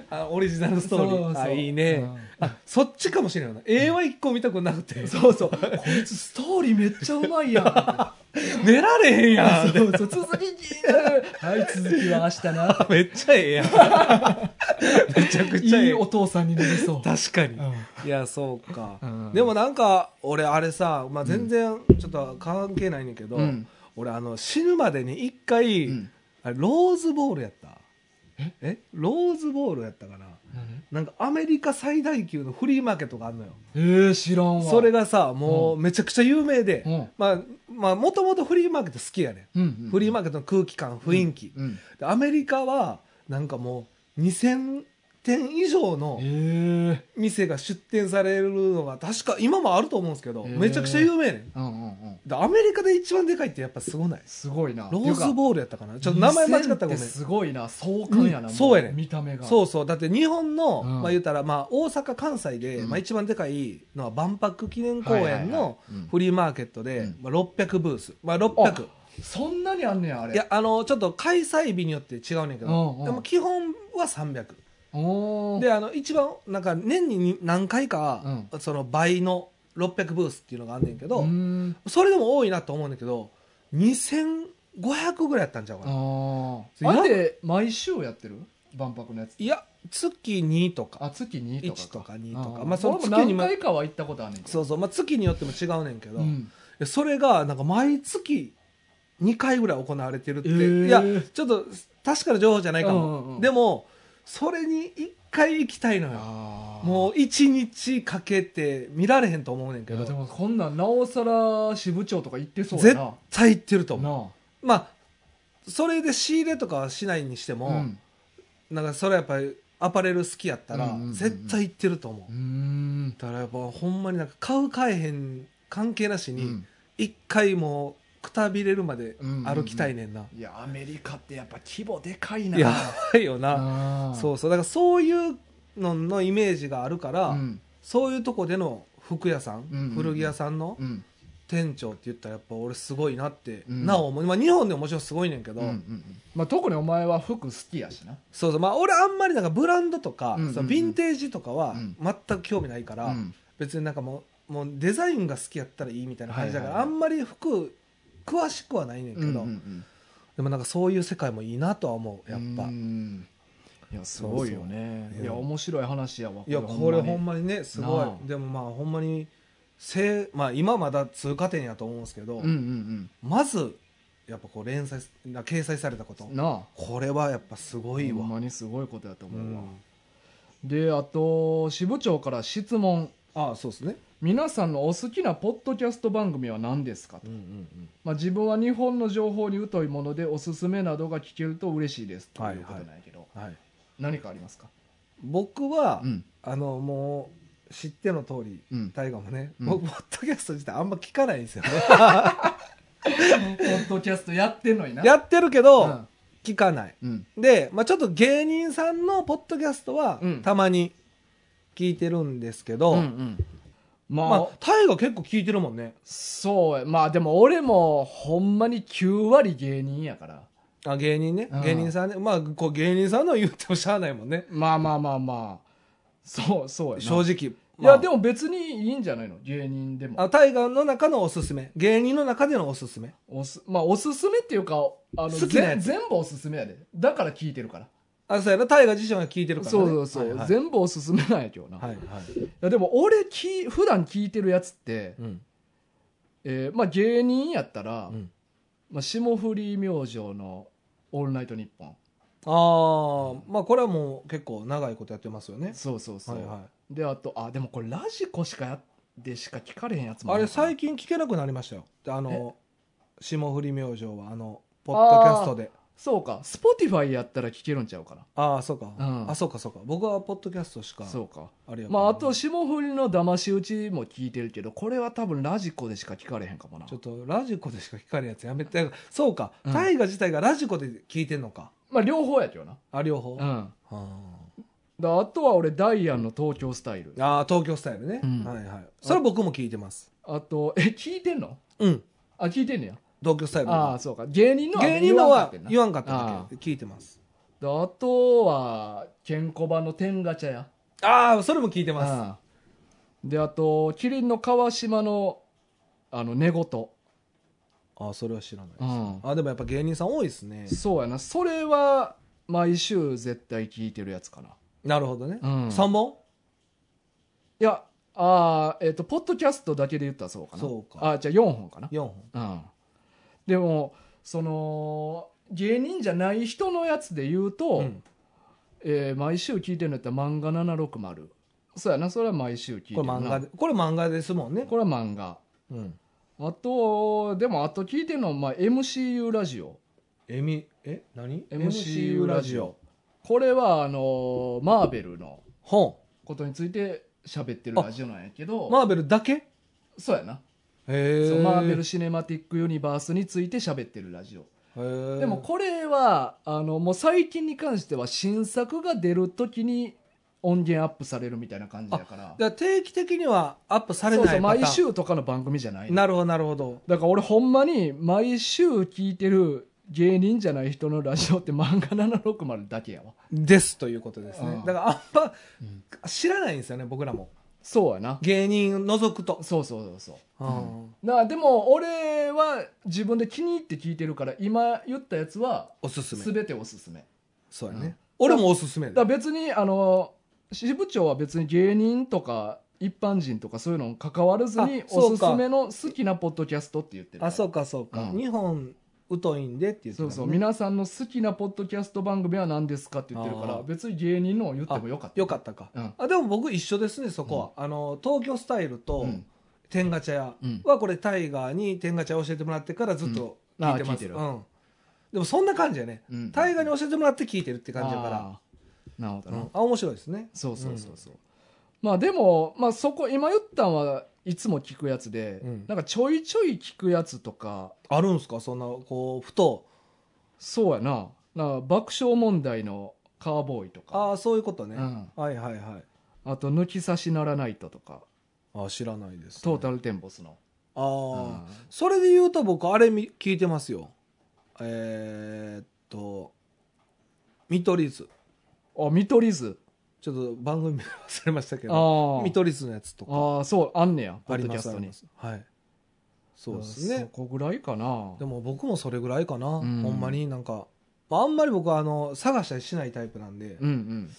あオリジナルストーリーそうそうあいいね、うんあそっちか もしれないな絵は一個見たくなくて、 そうそうこいつストーリーめっちゃうまいやん寝られへんやんってそうそう続き気になるはい続きは明日な めっちゃええやんめちゃくちゃええいいお父さんになりそう確かに、ういやそうか、うんでもなんか俺あれさ、まあ、全然ちょっと関係ないねんけど、うん俺あの死ぬまでに一回、うんあれローズボールやったえローズボールやったかななんかアメリカ最大級のフリーマーケットがあるのよえー、知らんわそれがさもうめちゃくちゃ有名で、うんまあまあもともとフリーマーケット好きやね、、うんんフリーマーケットの空気感雰囲気、うんでアメリカはなんかもう2000店以上の、えー店が出店されるのが確か今もあると思うんですけどへーめちゃくちゃ有名ねんうんうんうんでアメリカで一番でかいってやっぱすごないすごいなローズーボールやったかなちょっと名前間違ったらごめんすごいな壮観やな、うんもそうやねん見た目がそうそうだって日本の、うんまあ言うたらまあ大阪関西で、うんまあ一番でかいのは万博記念公園はいはいはのいうんフリーマーケットで、うんまあ、600ブース、まあ、600そんなにあんねやあれいやあのちょっと開催日によって違うねんけど、うんうんでも基本は300おーであの一番なんか年に何回か、その倍の600ブースっていうのがあんねんけど、うーんそれでも多いなと思うんだけど2500ぐらいやったんちゃうかな、あそーうあれで毎週やってる万博のやついや月2とかあ月にとか1とか2とかあまあその俺月もに何も回かは行ったことあんねんけどそうそう、まあ、月によっても違うねんけど、うんそれがなんか毎月2回ぐらい行われてるって、えーいやちょっと確かな情報じゃないかも、うんうんうんでもそれに1回行きたいのよあーもう1日かけて見られへんと思うねんいけやどでもこんなんなおさら支部長とか行ってそうや絶な対行ってると思うなまあそれで仕入れとかはしないにしてあも、うんなんかそれやっぱりアパレル好きやったうんらうんうんうん絶対行ってると思う、うーんだからやっぱほんまになんか買う買えへん関係なしうにん一回もうくたびれるまで歩きたいねんな、いやアメリカってやっぱ規模でかいなやばいよな、あーそうそうだからそういうののイメージがあるから、うんそういうとこでの服屋さん、うんうんうん古着屋さんのうん店長って言ったらやっぱ俺すごいなって、うんなお思う、まあ、日本でももちろんすごいねんけど、うんうんうんまあ特にお前は服好きやしなそうそうまあ俺あんまりなんかブランドとうんか、うんうんそのヴィンテージとかはうん全く興味ないから、うん別になんかもうもうデザインが好きやったらいいみたいな感じだから、はいはいあんまり服詳しくはないねんけど、うんうんうんでもなんかそういう世界もいいなとは思うやっぱ、うんいやすごいよねそうそういや面白い話やわいやこれほんままにねすごいなあでもまあほんまにせい、まあ、今まだ通過点やと思うんですけど、にうんうんまずやっぱこう連載な掲載されたことうんなあこれはやっぱすごいほわん、まにすごいことやとう思うわん、であと支部長から質問ああそうですね、皆さんのお好きなポッドキャスト番組は何ですかと、うんうんまあ、自分は日本の情報に疎いものでおすすめなどが聞けると嬉しいですとはいいうこはいとなんやけど、うんはい、何かありますか僕は、んあのもう知っての通り うん大河もね、うん僕ポッドキャスト自体あんま聞かないんですよね ポッドキャストやってんのになやってるけど、うん聞かないうんで、まあ、ちょっと芸人さんのポッドキャストは、うんたまに聞いてるんですけど、うんうんまあ、まあ大河結構聞いてるもんねそうやまあでも俺もほんまに9割芸人やからあ芸人ねうん芸人さんねまあこう芸人さんの言ってもしゃあないもんねまあまあまあまあそうそうやな正直、いやでもも別にいいんじゃないの芸人でもあ大河の中のおすすめ芸人の中でのおすすめおすまあおすすめっていうかあの好きなやぜつ全部おすすめやでだから聞いてるからあそうやな大河自身が聞いてるから、ね、そうそうそう、はいはい全部おすすめなんやけどな、、はいいはいやでも俺き普段聞いてるやつって、うんえーまあ、芸人やったら、うんまあ、霜降り明星の「オールナイトニッポンああまあこれはもう結構長いことやってますよ」ねそうそうそう、はいはであとあでもこれラジコしかやでしか聞かれへんやついもあれるのかな最近聞けなくなりましたよあの霜降り明星はあのポッドキャストでそうか Spotify やったら聞けるんちゃうかああそうか、うんあそうかそうか僕はポッドキャストしかなそうかあれやからまああと霜降りの騙し討ちも聞いてるけどこれは多分ラジコでしか聞かれへんかもなちょっとラジコでしか聞かれんやつやめてそうかうん大河自体がラジコで聞いてんのかまあ両方やけどなあ両う方、あんーだあとは俺ダイアンの東京スタイルあー東京スタイルね、うんはいはいそれ僕も聞いてますあと え聞いてんのうんあ聞いてんねや東京スタイルああそうか芸人のは芸人の言わんかっはたよな言わんかっただあけ聞いてますだあとはケンコバの天ガチャやああそれも聞いてますああであとキリンの川島のあの寝言あそれは知らないです、うんあでもやっぱ芸人さん多いですねそうやなそれは毎週絶対聞いてるやつかななるほどね、うん三本いやあーえっ、とポッドキャストだけで言ったらそうかなそうかあじゃあ4本かな四本うんでもその芸人じゃない人のやつで言うと、うんえー毎週聞いてるのやったら漫画760そうやなそれは毎週聞いてこるれな漫画でこれ漫画ですもんねこれは漫画うんあとでもあと聞いてるのは、まあ、MCU ラジオえみえ何 MCU ラジオこれはあのーマーベルの本ことについて喋ってるラジオなんやけど、マーベルだけへそうやな、えそうマーベルシネマティックユニバースについて喋ってるラジオへえでもこれはあのもう最近に関しては新作が出るときに音源アップされるみたいな感じやからだから定期的にはアップされそうなそういパターン毎週とかの番組じゃないなるほどなるほどだから俺ほんまに毎週聞いてる芸人じゃない人のラジオって漫画760だけやわですということですね、うんだからあんま知らないんですよね僕らもそうやな芸人除くと、そうそうそうそううんなでも俺は自分で気に入って聞いてるから今言ったやつはおすすめ全ておすすめそうやうねん、俺もおすすめだかだら別にあの支部長は別に芸人とか一般人とかそういうのに関わらずにあそおうすかすめの好きなポッドキャストって言ってるからあそうかそうか、うん日本疎いんでって言ってたそもんうねそう皆さんの好きなポッドキャスト番組は何ですかって言ってるかあらー別に芸人のを言ってもよかったよかったか、うんあでも僕一緒ですねそこは、あの東京スタイルとうん天ガチャ屋うんはこれタイガーに天ガチャ教えてもらってからずっとうん聞いてます、あ聞いてるうんでもそんな感じやね、うんタイガーに教えてもらって聞いてるって感じやからあーなるほどうな、んあ面白いですねそうそうそうそう、まあでも、まあ、そこ今言ったんはいつも聞くやつで、うんなんかちょいちょい聞くやつとかあるんすかそんなこうふとそうやななんか爆笑問題のカーボーイとかああそういうことね、うんはいはいはいあと抜き差しならないととかあ知らないです、トータルテンボスの、ああ、うんそれで言うと僕あれみ聞いてますよえー、っと見取り図あ見取り図ちょっと番組名忘れましたけどあ見取り図のやつとあかああそうあんねやポあッりドキまャスすあトりにますはいそうですねそこぐらいかなでも僕もそれぐらいかな、んほんまになんかまああんまり僕はあの探したりしないタイプなんで、うんうん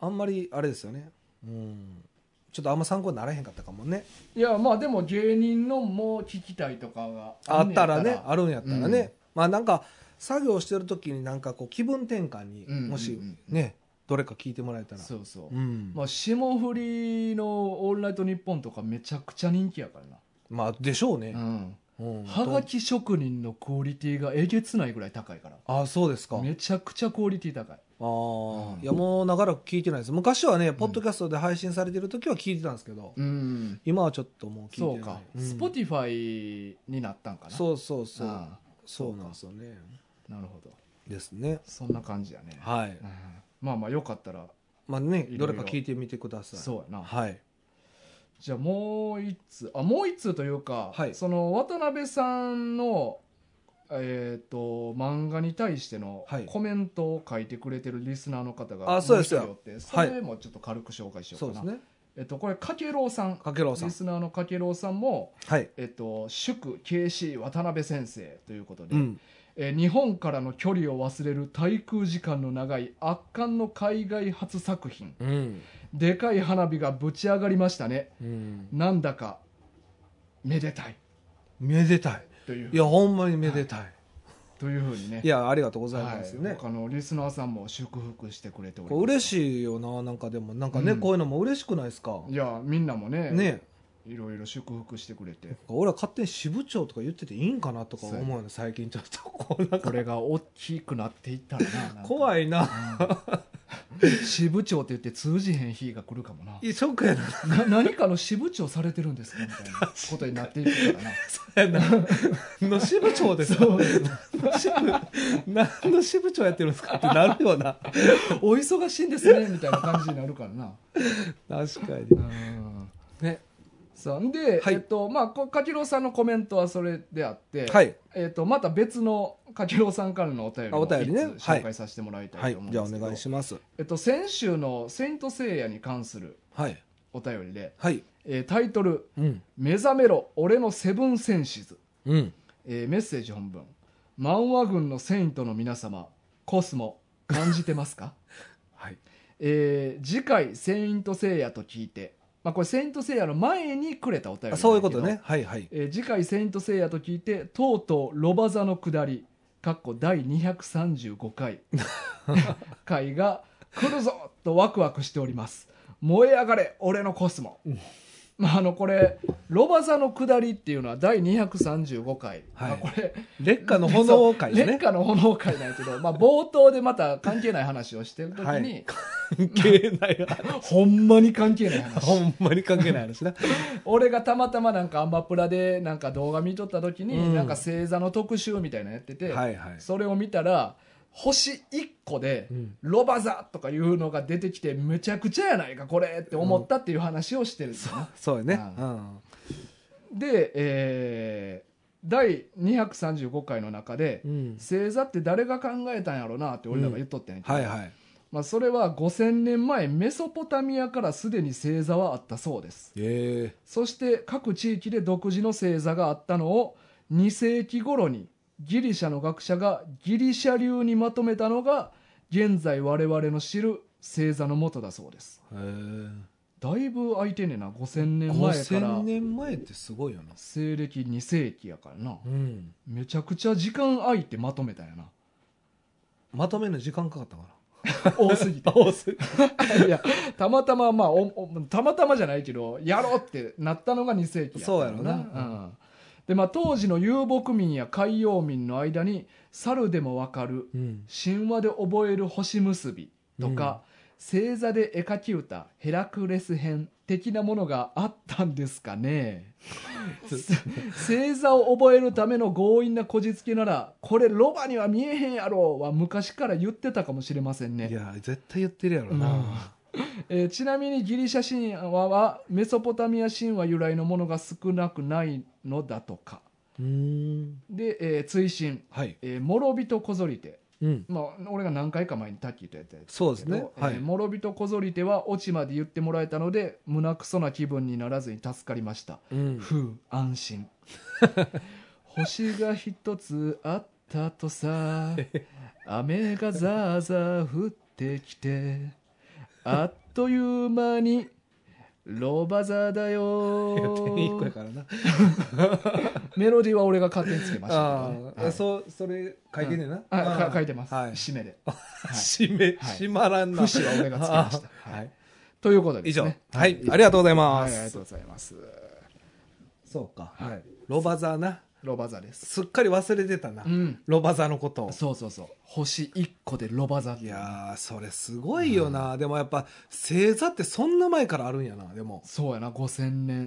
あんまりあれですよねうんちょっとあんま参考にならへんかったかもねいやまあでも芸人のも聞きたいとかがあんっねやたらねあるんやったらね、まあなんか作業してる時になんかこう気分転換にうんうんうんもしねどれか聞いてもらえたらそうそう、うんまあ、霜降りの「オールナイトニッポン」とかめちゃくちゃ人気やからな、まあでしょうね、うん、うんはがき職人のクオリティがえげつないぐらい高いからあそうですかめちゃくちゃクオリティ高いああ、うんいやもう長らく聞いてないです昔はね、ポッドキャストで配信されてる時は聞いてたんですけど、うん今はちょっともう聞そいうてなかい、スポティファイになったんかなうそうそうそうああそうなんですよねなるほどですねそんな感じやね、はいうんまあまあよかったらまあいねろいどろれか聞いてみてくださいそうやなはいじゃあもう一通あもう一通というか、はいその渡辺さんのえっ、と漫画に対してのはいコメントを書いてくれてるリスナーの方があそうですよも一人おってそれもちょっと軽く紹介しようかそうな、ですねえっとこれかけろうさんかけろうさリんスナーのかけろうさんもはいえっと祝 KC 渡辺先生ということで、うんえー日本からの距離を忘れる滞空時間の長い圧巻の海外初作品うんでかい花火がぶち上がりましたねうんなんだかめでたいめでたいといういやほんまにめでたいというふうにねいやありがとうございますよはねい、他のリスナーさんも祝福してくれておりこう嬉いしいよななんかでもなんかね、うんこういうのも嬉しくないですかいやみんなもねねいろいろ祝福してくれて俺は勝手に支部長とか言ってていいんかなとか思うよね最近ちょ っとこうなんこかれが大きくなっていったらななんか怖いな 支部長って言って通じへん日が来るかもないやショックやなな何かの支部長されてるんですかみたいなことになっていくからなそうやなの支部長ですそう支部何の支部長やってるんですかってなるよなお忙しいんですねみたいな感じになるからな確かにうんねさんで、はいえっとまあこ柿郎さんのコメントはそれであって、はいえっとまた別の柿郎さんからのお便りあをお便りね一つ紹介させてもらいたはいいと思うんじでゃあおすけど、願いしますえっと先週の「セイント・セイヤ」に関するはいお便りで、はいえータイトルうん「目覚めろ俺のセブン・センシズうん」えーメッセージ本文漫画軍のセイントの皆様コスモ感じてますか、はい。えー次回「セイント・セイヤ」と聞いて、まあ、これ「セイント・セイヤ」の前にくれたお便りなんだけどそういうことね。はいはい。えー次回「セイント・セイヤ」と聞いてとうとう「ロバ座の下り」かっこ第235回 回が来るぞとワクワクしております燃え上がれ俺のコスモ、まあ、あのこれ「ロバ座の下り」っていうのは第235回、はいまあこれ劣化の炎会でそうすね烈。火の炎会なんやけど、まあ、冒頭でまた関係ない話をしてる時に、はい関係 ない。ほんまに関係ない話ほんまに関係ない話な。俺がたまたまなんかアンバプラでなんか動画見とった時に、うんなんか星座の特集みたいなのやってて、はいはい。それを見たら星1個でうん「ロバザ」とかいうのが出てきてめちゃくちゃやないかこれって思ったっていう話をしてるんですよね、そうやね。ううん。で、えー第235回の中で、うん星座って誰が考えたんやろなって俺らが言っとってんやけど、はいはい。まあ、それは5000年前メソポタミアからすでに星座はあったそうですえそして各地域で独自の星座があったのを2世紀頃にギリシャの学者がギリシャ流にまとめたのが現在我々の知る星座の元だそうですえ。へだいぶ空いてんねんな5000え。年前から5000年前ってすごいよな。西暦2世紀やからなうん。めちゃくちゃ時間空いてまとめたんやなまとめるの時間かかったか多すぎてら。おす。いやたまたままあおおたまたまじゃないけどやろうってなったのが2世紀ったそうやろなうんでまあ、当時の遊牧民や海洋民の間に猿でもわかるうん。神話で覚える星結びとか、星座で絵描き歌ヘラクレス編的なものがあったんですか ね星座を覚えるための強引なこじつけならこれロバには見えへんやろは昔から言ってたかもしれませんねいや、絶対言ってるやろな。えーちなみにギリシャ神話はメソポタミア神話由来のものが少なくないのだとかうん。で、えー追伸、はい。えー「モロビトコゾリテうん」。まあ、俺が何回か前にタッキーとやったやつそうでですすけどね。はいえー。モロビトコゾリテは落ちまで言ってもらえたので胸くそな気分にならずに助かりました、うんふう安 心星が一つあったと さ雨がザーザー降ってきてあっという間にロバザだよいい子やからな。メロディーは俺が勝手につけましたけどね、ああ、そう、それ書いてんねんな。はいあかあ書いてます、はい。締めで 締め、締まらんな。節は俺がつけましたあ あはい。ということでで以す上。はいね。ありがとうございはまい、ありがすとう。ございますそうか。はいロバザーな。ロバザですすっかり忘れてたなう。んロバザーのことを。そうそうそう星1個でロバザっていいうやー、それすごいよな。でもやっぱ、星座ってそんな前からあるんやな。でも、そうやな5000年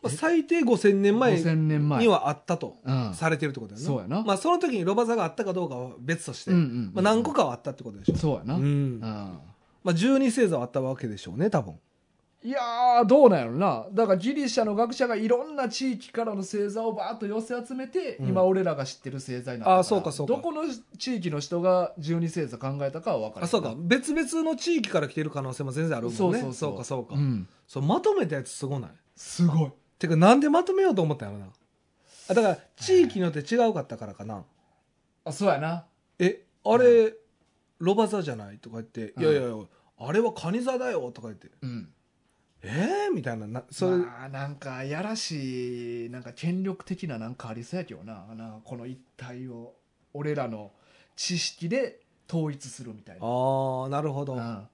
まあ最低5000年前5000年前にはあったとうんされてるってことやな。そうやなまあその時にロバザーがあったかどうかは別として、うんうんうんまあ何個かはあったってことでしょ。そうやなうんまあ12星座はあったわけでしょうね、多分。いやーどうなんやろなだからギリシャの学者がいろんな地域からの星座をバーッと寄せ集めて、うん今俺らが知ってる星座になったからあーそうかそうかどこの地域の人が十二星座考えたかは分からあ、そうか。別々の地域から来てる可能性も全然あるもんね。そうそうか、そうか。んそうまとめたやつすごないすごいてかなんでまとめようと思ったんやろなあだから地域によって違うかったからかなあそうやなえあれロバ座じゃないとか言って「うんいやいやいやあれはカニ座だよ」とか言ってうん「えー?」みたいななそれ、まあなんかやらしいなんか権力的ななんかありそうやけどななんかこの一体を俺らの知識で統一するみたいな、ああなるほど、うん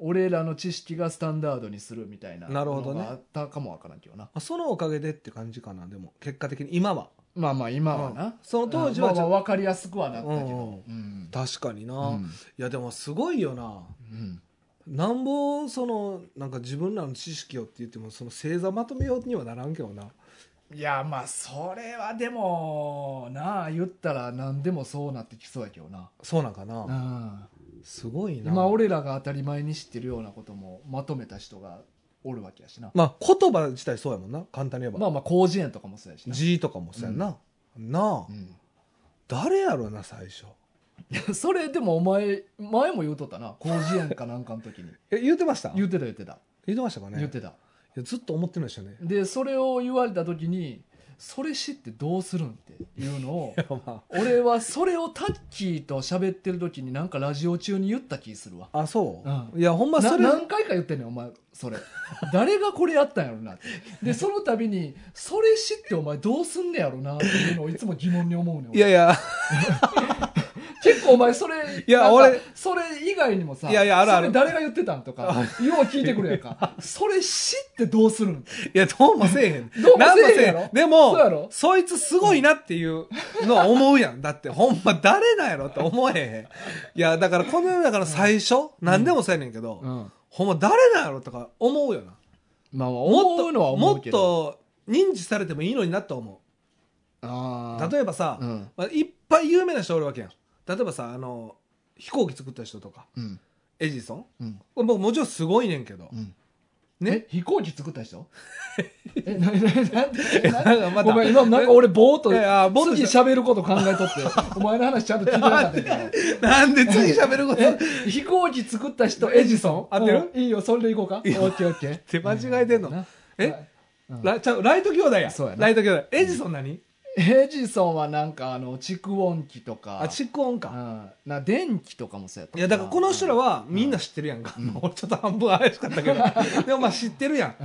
俺らの知識がスタンダードにするみたいななるほどねのがあったかもわからんけどなあそのおかげでって感じかなでも結果的に今はまあまあ今はな、うんその当時はうんまあちまあ分かりやすくはなったけどううん確かにな、ういんやでもすごいよなうんなんぼそのなんか自分らの知識をって言ってもその星座まとめようにはならんけどないやまあそれはでもなあ言ったら何でもそうなってきそうやけどな、そうなんかな、うん、すごいな今俺らが当たり前に知ってるようなこともまとめた人がおるわけやしなまあ言葉自体そうやもんな簡単に言えば、まあまあ広辞苑とかもそうやしな、字とかもそうやんな、なあ、うん誰やろな最初いやそれでもお前前も言うとったな広辞苑かなんかの時にえ言ってました言言ってた言ってた、ってましたかね言ってた いやずっと思ってるんですよねでそれを言われた時にそれ知ってどうするんっていうのをま俺はそれをタッキーと喋ってる時になんかラジオ中に言った気するわあ、そう、ういや、ほんまなそれ、何回か言ってんねんお前 それ誰がこれやったんやろなってでその度にそれ知ってお前どうすんねやろなっていうのをいつも疑問に思うねんい俺やいや、結構お前それいやなんか俺それ以外にもさいやいやあるあるそれ誰が言ってたんとかよう聞いてくるやんかそれ知ってどうするんいや、どうもせえへん。 どうもせえへんやろなんもそでうやろも、そいつすごいなっていうのは思うやん。だって、ほんま誰なんやろって思えへん。いや、だからこの世の中の最初、何でもそうやねんけど、うんほんま誰なんやろとか思うよな。まあもっ思と、うのは思もうっけどと認知されてもいいのになと思あう。ー例えばさ、うんまあ、いっぱい有名な人おるわけやん。例えばさ、あの、飛行機作った人とか、うんエジソン。うんもうもちろんすごいねんけどう。んえね。飛行機作った 人えなななんでななんかまたごめん今なんか俺ぼーっといやいやぼーっと次し喋ること考えとって お前の話ちゃんと聞いてなかったけどなんで次喋ることえ飛行機作った人エジソン合ってるうんいいよそれでいこうかオいやッケーオッケー手間違えてんのなえうんラちゃうライト兄弟や。そうやなライト兄弟。エジソン何エジソンはなんかあの蓄音機とかあ、蓄音うか。んな電気とかもそうやったいや、だからこの人らはみんな知ってるやんか。 俺ちょっと半分怪しかった けど。でもまあ知ってるや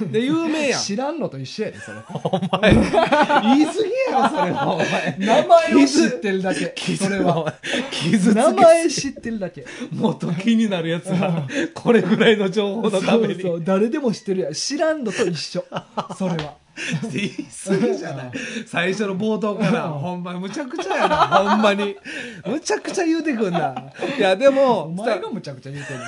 うんん。で、有名やん。知らんのと一緒やでそれ お前、言い過ぎやろ、それは。お前。名前を知ってるだけそれはは。傷つけ名前知ってるだけもっと気になるやつは、これぐらいの情報のために。そうそう誰でも知ってるやん知らんのと一 緒それは言い過ぎじゃない最初の冒頭からほんまむちゃくちゃやなほんまにむちゃくちゃ言うてくんないやでおも前がむちゃくちゃ言うてる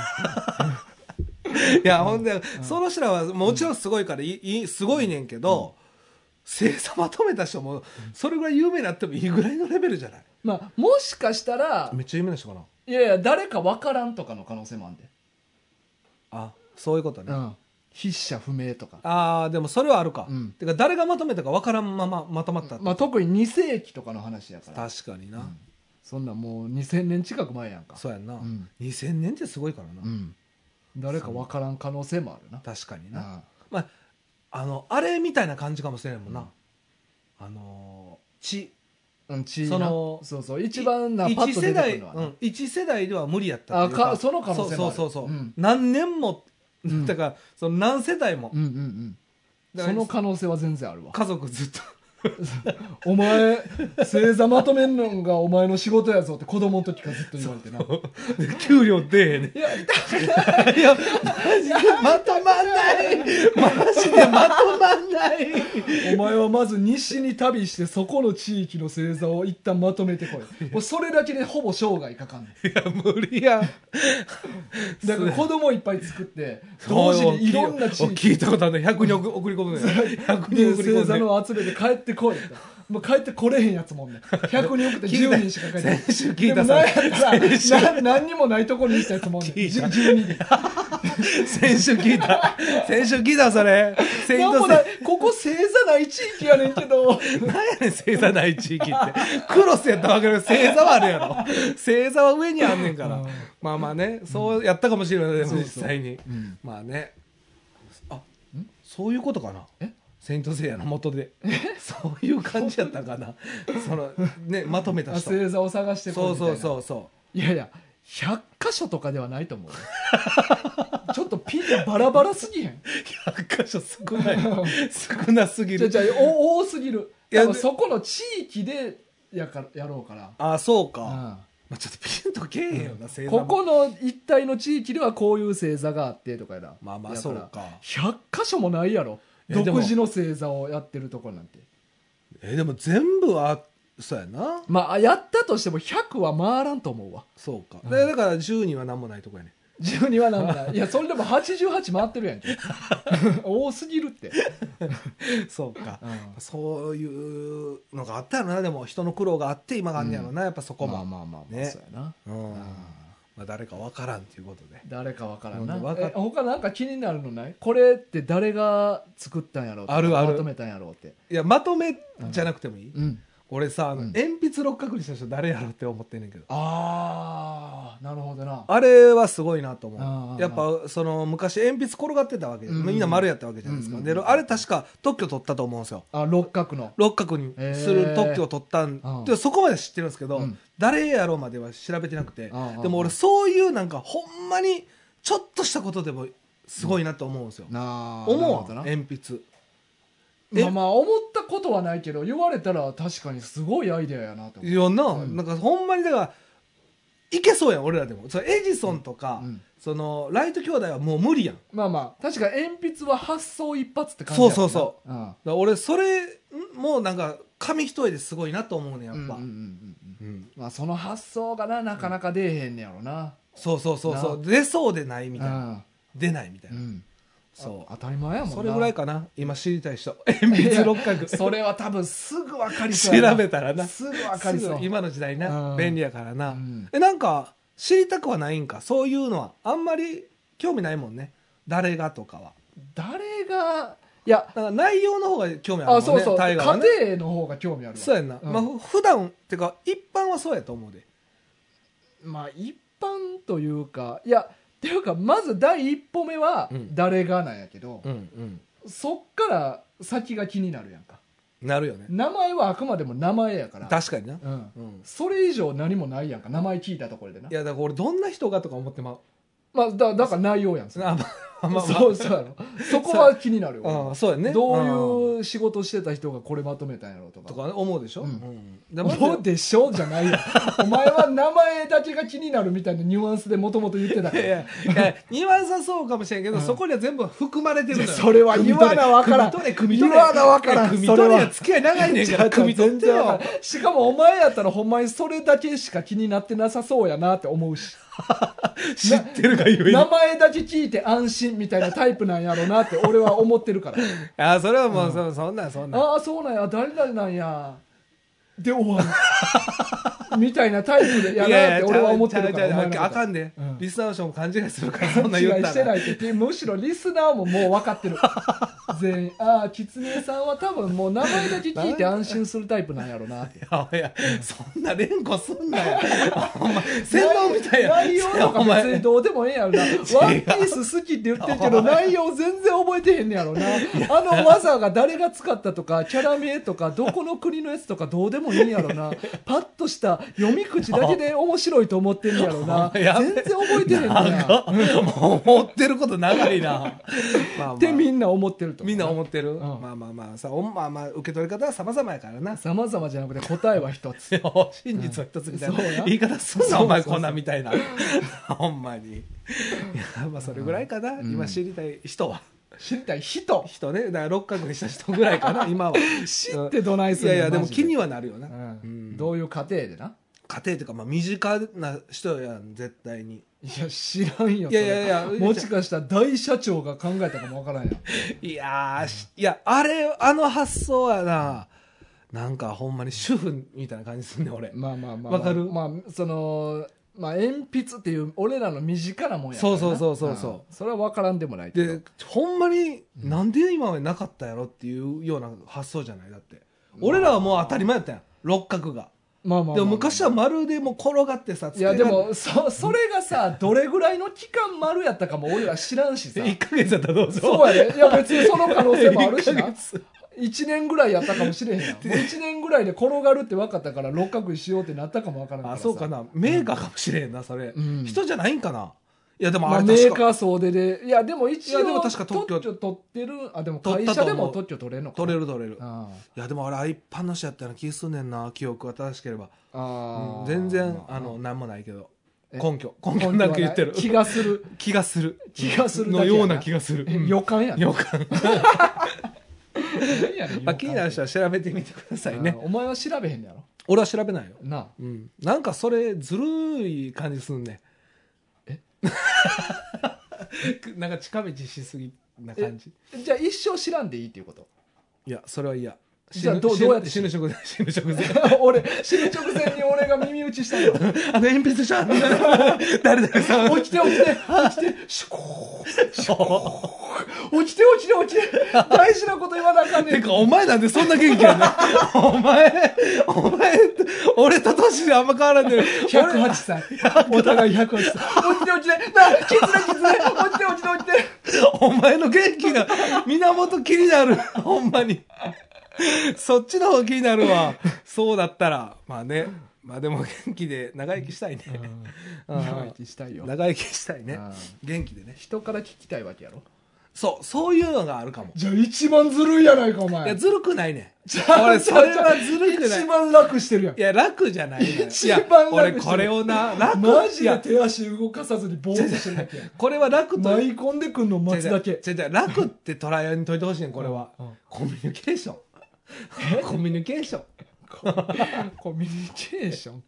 いやほんで、その人らはもちろんすごいからいいすごいねんけど、精査まとめた人もそれぐらい有名になってもいいぐらいのレベルじゃない まあもしかしたらめっちゃ有名な人かないやいや誰か分からんとかの可能性もあんで、あそういうことね、うん、筆者不明とかああでもそれはあるか、うんてか誰がまとめたかわからんまままとまったって、まあ特に2世紀とかの話やから確かにな、そんなんもう2000年近く前やんかそうやんな、ん2000年ってすごいからな、うん誰か分からん可能性もあるな確かにな、なまあ、あの、あれみたいな感じかもしれないもんな。うんあのー、ち、うん地位そなのそうそう一番なパッ一と世出てく代、るのはうねん、一世代では無理やったっていうあかその可能性もあるそうそうそうそうう、ん何年も、うんだから、その何世代もう、んうんうんだそからの可能性は全然あるわ家族ずっと。お前星座まとめんのがお前の仕事やぞって子供の時からずっと言われてな 給料出えへんねんいやいや、マジでまとまんないマジでまとまんないお前はまず西に旅してそこの地域の星座を一旦まとめてこいもうそれだけでほぼ生涯かかんねいや、無理やん。んだから子供いっぱい作って同時にいろんな地お域聞いたことあるね。100人送送り込むね。100 で人送り込星む座ね。の集めて帰ってこいってもう帰ってこれへんやつもんね100人送って10人しか帰ってこない先週聞いでたもさなんやったらな何にもないとこに行ったやつもんねん聞いた12人先週聞いた。先週聞いた、そ れ。セインなんトもセないここ星座ない地域やねんけどイ。なんやねん、星座ない地域って。クロスやったらわけど、星座はあるやろ。星座は上にあんねんかうらん。まあまあね、そうやったかもしれない、でもそうそう実際に。まあね。あ、そういうことかな。えセイントセイヤの元で。そういう感じやったかな。その、ね、まとめたあ人。 星座を探してこいそみうたいそなうそうそいやいや100箇所とかではないと思うよ ちょっとピンがバラバラすぎへんう。100箇所少ない。少なすぎじゃるじ。ゃ多すぎるいや多分そこの地域でやからやろうから、あ、そうか。うんまあちょっとピンとけえへんよな、星座もここの一帯の地域ではこういう星座があってとかやなまあまあやらそうか100箇所もないやろいやで独も自の星座をやってるとこなんてえでも全部はそうやなまあやったとしても100は回らんと思うわそうか、でだから10には何もないとこ やね12はなんもないいやそれでも88回ってるやんけ 多すぎるって、そうかうんそういうのがあったよなでも人の苦労があって今があんねやろな、やっぱそこも、まあまあまあまあ、ねそうやなうんまあ、誰かわからんっていうことで誰かわからんな、うんわかっえ他なんか気になるのないこれって誰が作ったんやろうとかあるあるまとめたんやろうっていやまとめじゃなくてもいい、うん俺さあの、うん鉛筆六角にした人誰やろって思ってんねんけどああなるほどなあれはすごいなとあー思うやっぱその昔鉛筆転がってたわけ、うんみんな丸やったわけじゃないですか、うんであれ確か特許取ったと思うんですよあ六角の六角にする特許を取ったん、えーうんでそこまで知ってるんですけど、うん誰やろうまでは調べてなくて、うんうんでも俺そういうなんかほんまにちょっとしたことでもすごいなと思うんですよ、なあ思うなるほどわな鉛筆えまあまあ思ったことはないけど言われたら確かにすごいアイデアやなと思いうやな,、うんなんかほんまにだからいけそうやん俺らでもそれエジソンとか、うんそのライト兄弟はもう無理やんだかまあまあ確か鉛筆は発想一発って感じやもんなそうそううんやっら俺それんもうなんか紙一重ですごいなと思うねやっぱ、うんうんうんうんうんまあその発想がななかなか出えへんねやろなそうそうそうそう出そうでないみたいな、な出ないみたいうな、んそう当たり前やもんなそれぐらいかな今知りたい人 鉛筆六角いや それは多分すぐ分かりそうやな調べたらなすぐ分かりそうすぐ今の時代な、うん便利やからな、うんえなんか知りたくはないんかそういうのはあんまり興味ないもんね誰がとかは誰がいやだから内容の方が興味あるもんあねそうそう大家河はね庭の方が興味あるわそうやんな、うんまあ普段っていうか一般はそうやと思うでまあ一般というかいやっていうかまず第一歩目はうん誰がなんやけど、んうんそっから先が気になるやんかなるよね名前はあくまでも名前やから確かにな、うん、うん、それ以上何もないやんか名前聞いたところでないやだから俺どんな人がとか思ってまう まあだだから内容やんそれあまあまあまそうそうやろそこは気になるああよそうやねどうんういう仕事してた人がこれまとめたんやろうとかとかね思うでしょ、うんんでまず思うでしょじゃない よお前は名前だけが気になるみたいなニュアンスでもともと言ってたかいらやいやいや、ニュアンスはそうかもしれんけど、うんそこには全部含まれてるのよ。それは言わなわからん組み取れ、組み取れ。言わなわからん組みそれ取れはや付き合い長いねんから、組み取ってよ。しかもお前やったらほんまにそれだけしか気になってなさそうやなって思う し知ってるがゆえに。名あ前だけ聞いて安心みたいなタイプなんやろうなって俺は思ってるからー、それはもう、そそんなん、そんなん。ああそうなんや誰々なんやで終わる みたいなタイプでやなって俺は思ってるかちゃうらちゃうおちゃう前のことあかんで、うんリスナーの人も勘違いするから、勘そんなん違言っいたしてら。ないってでむしろリスナーももう分か ってる全員ああ狐さんは多分もう名前だけ聞いて安心するタイプなんやろうなっていや、いや、そんな連呼すんな よ。お前、洗脳みたいや。内容とかお別前に、どうでもええやろな。ワンピース好きって言ってるけど、内容全然覚えてへんねやろな。あの技が誰が使ったとか、キャラ名とか、どこの国のやつとかどうでもいいんやろな。パッとした読み口だけで面白いと思ってんねやろな。全 やべ然覚えてへんねなんや。か、思ってること長いな。まあまあってみんな思ってると。みんな思ってる、んまあまあまあさおんまあまあ受け取り方は様々やからな様々じゃなくて答えは一つ。真実は一つみたいな、うん そうや言い方すんそうなそうそうお前こんなんみたいなほんまにいやまあそれぐらいかな、うん今知りたい人は知りたい人。人ねだから六角にした人ぐらい かな今は知ってどないすいんやねんいやでもマジ気にはなるよな、ううんんどういう過程でな。家庭というかまあ身近な人やん絶対にいや、知らんよ。いやいやいやそれもしかしたら大社長が考えたかもわからんやん。いやーしいやあれあの発想はななんかほんまに主婦みたいな感じすんねん俺、まあまあまあ。わかるまあ、まあその、まあ、鉛筆っていう俺らの身近なもんやからなそうそうそうそうそうんそれはわからんでもないけど。でほんまになんで今までなかったやろっていうような発想じゃないだって俺らはもう当たり前やったやん六角がまあまあまあまあでも昔は丸でもう転がってさいやでもそそれがさどれぐらいの期間丸やったかも俺ら知らんしさ1ヶ月やったらどうぞそうやねいや別にその可能性もあるし一 なヶ月1年ぐらいやったかもしれへんやんもう1年ぐらいで転がるって分かったから六角にしようってなったかもわからんからあさそうかなメーカーかもしれへんなそれ、うん人じゃないんかないやでもまああ、れメ確ーかカー総出でいやでも一いや応でも確か特許取ってるあでも取会った社と思でうも特許取れるのか取れる取れるあいやでもあれ一般の人やったような気すんねんな記憶が正しければ、ああうあん全然あの何もないけどえ根拠根拠なく言ってる気がす る気がする気がするだのけやなような気がする、うん予感やね予感何やねん予まあ、感気になる人は調べてみてくださいねあ。ーお前は調べへんのやろ俺は調べないよ。なあうん。なんかそれ、ずるい感じすんね。え なんか近道しすぎな感じ。じゃあ一生知らんでいいっていうこと いや、それは嫌。じゃあどうどうやって死ぬ死ぬ直前死ぬ直前俺死ぬ直前に俺が耳打ちしたよ あの鉛筆じゃん 誰々さん落ちて落ちて落ちてシュコーシュコー落ちて落ちて落ちて大事なこと言わなあかんねてんかお前なんでそんな元気やねんお前お前俺と年であんま変わらんねん108歳お互い108歳落ちて落ちてなあキツネキツネ落ちて落ちて落ちて お前の元気が源気になる。 ほんまに。そっちの方気になるわ。そうだったら。まあね。まあでも元気で長生きしたいね。うん長生きしたいよ長生きしたいねうん。元気でね。人から聞きたいわけやろそう、そういうのがあるかも。じゃあ一番ずるいやないかおいや、前ずるくないねじん。ゃあ俺、それはずるくない一。番楽してるやんいや、楽じゃないねん。い一や番楽、俺これをな、楽。マジいでや手足動かさずにボーっとしてるだけやんこれは楽と舞い込んでくんの待つだけ違う違う違う楽ってトライアルにといてほしいねんこれは、うんうんコミュニケーションコミュニケーションコミュニケーション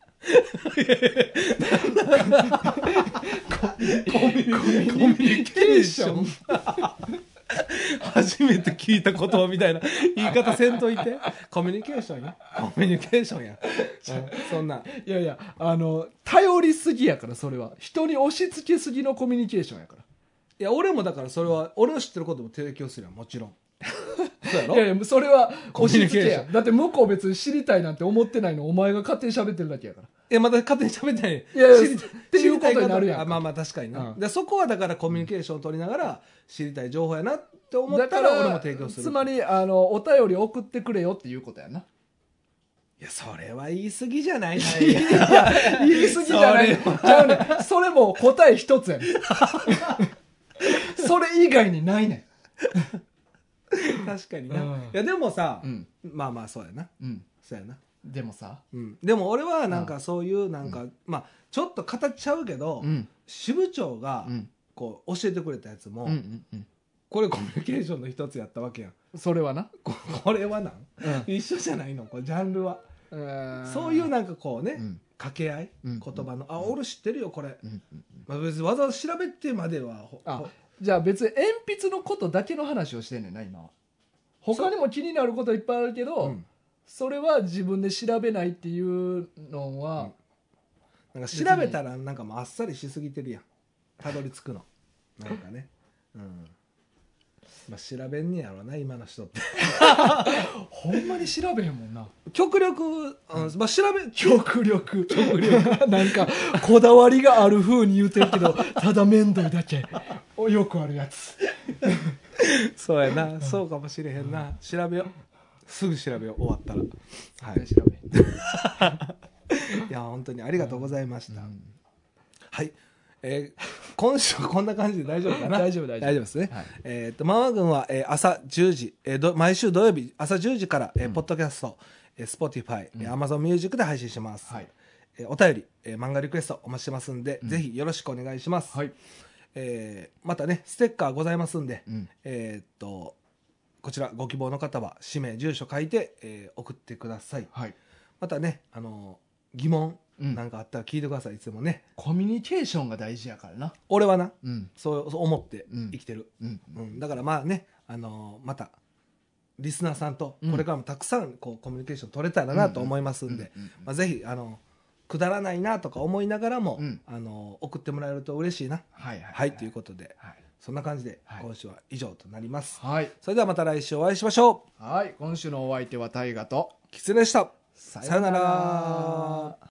コミュニケーション初めて聞いた言葉みたいな言い方せんといてコミュニケーションやコミュニケーションや、うんそんないやいやあの頼りすぎやからそれは人に押し付けすぎのコミュニケーションやからいや俺もだからそれは俺の知ってることも提供するやんも ちろんそうやろいやいやそれはコ押ミュしニケ付ーションけやだって向こう別に知りたいなんて思ってないのお前が勝手に喋ってるだけやからいや、また勝手に喋ってない。いやいや知りたっていうこと知りたになるやん方あまあまあ確かにな、うんで。そこはだからコミュニケーションを取りながら知りたい情報やなって思っだたから俺も提供する。つまりあのお便り送ってくれよっていうことやないや、それは言い過ぎじゃない言い過ぎじゃないそれちゃうねんそれも答え一つや ねんそれ以外にないね 確かにな。うんいや、でもさ、んうんまあまあそうやな。うんそうやな。でもさうん。でも俺はなんかそういうなんか、まあちょっと形ちゃうけど、ん支部長がうんこう教えてくれたやつも、うんうんこれコミュニケーションの一つやったわけやん。うんそれはなここれはなんう一緒じゃないのこれジャンルは。んそういうなんかこうね、うん掛け合い、うん言葉の、あ、俺知ってるよ、これ。うんまあ、別にわざわざ調べてまでは、ほあほじゃあ別に鉛筆のことだけの話をしてんねんな今は他にも気になることいっぱいあるけど、うんそれは自分で調べないっていうのは、なんか調べたら、なんかもうあっさりしすぎてるやん。たどり着くの。なんかね。うん。まあ、調べんねやろうな、今の人って。ほんまに調べへんもんな極力、うん、まあ、調べ、極力極力 なんかこだわりがある風に言うてるけ どただ面倒だけおよくあるやつそうやな、そうかもしれへんな。調べよう。すぐ調べよう、終わったら。はい。調べへんいや、本当にありがとうございました。はい。えー今週こんな感じで大丈夫かな 大丈夫大丈夫大丈夫ですね。はいえーっと、ママ軍は、えー朝10時、えーど、毎週土曜日朝10時から、えーポッドキャスト、えー、Spotify、えー Amazon Music で配信します。はいえーお便り、えー漫画リクエストお待ちしてますんで、ぜひよろしくお願いします。はいえーまたね、ステッカーございますんで、うんえーっと、こちらご希望の方は、氏名、住所書いて、えー送ってください。はいまたね、あのー疑問うんなんかあったら聞いてください、いつもね。コミュニケーションが大事やからな俺はな、うんそうそう思ってうん生きてる、うんうんだからまあね、あのーまたリスナーさんとうんこれからもたくさんこうコミュニケーション取れたらなと思いますんでうんうんうんうんまあぜひあのくだらないなとか思いながらも、うんあのー送ってもらえると嬉しいな。はいはいはいということではいそんな感じではい今週は以上となります、はいそれではまた来週お会いしましょはい今週のお相手は大ガとうキツネでしたさよなら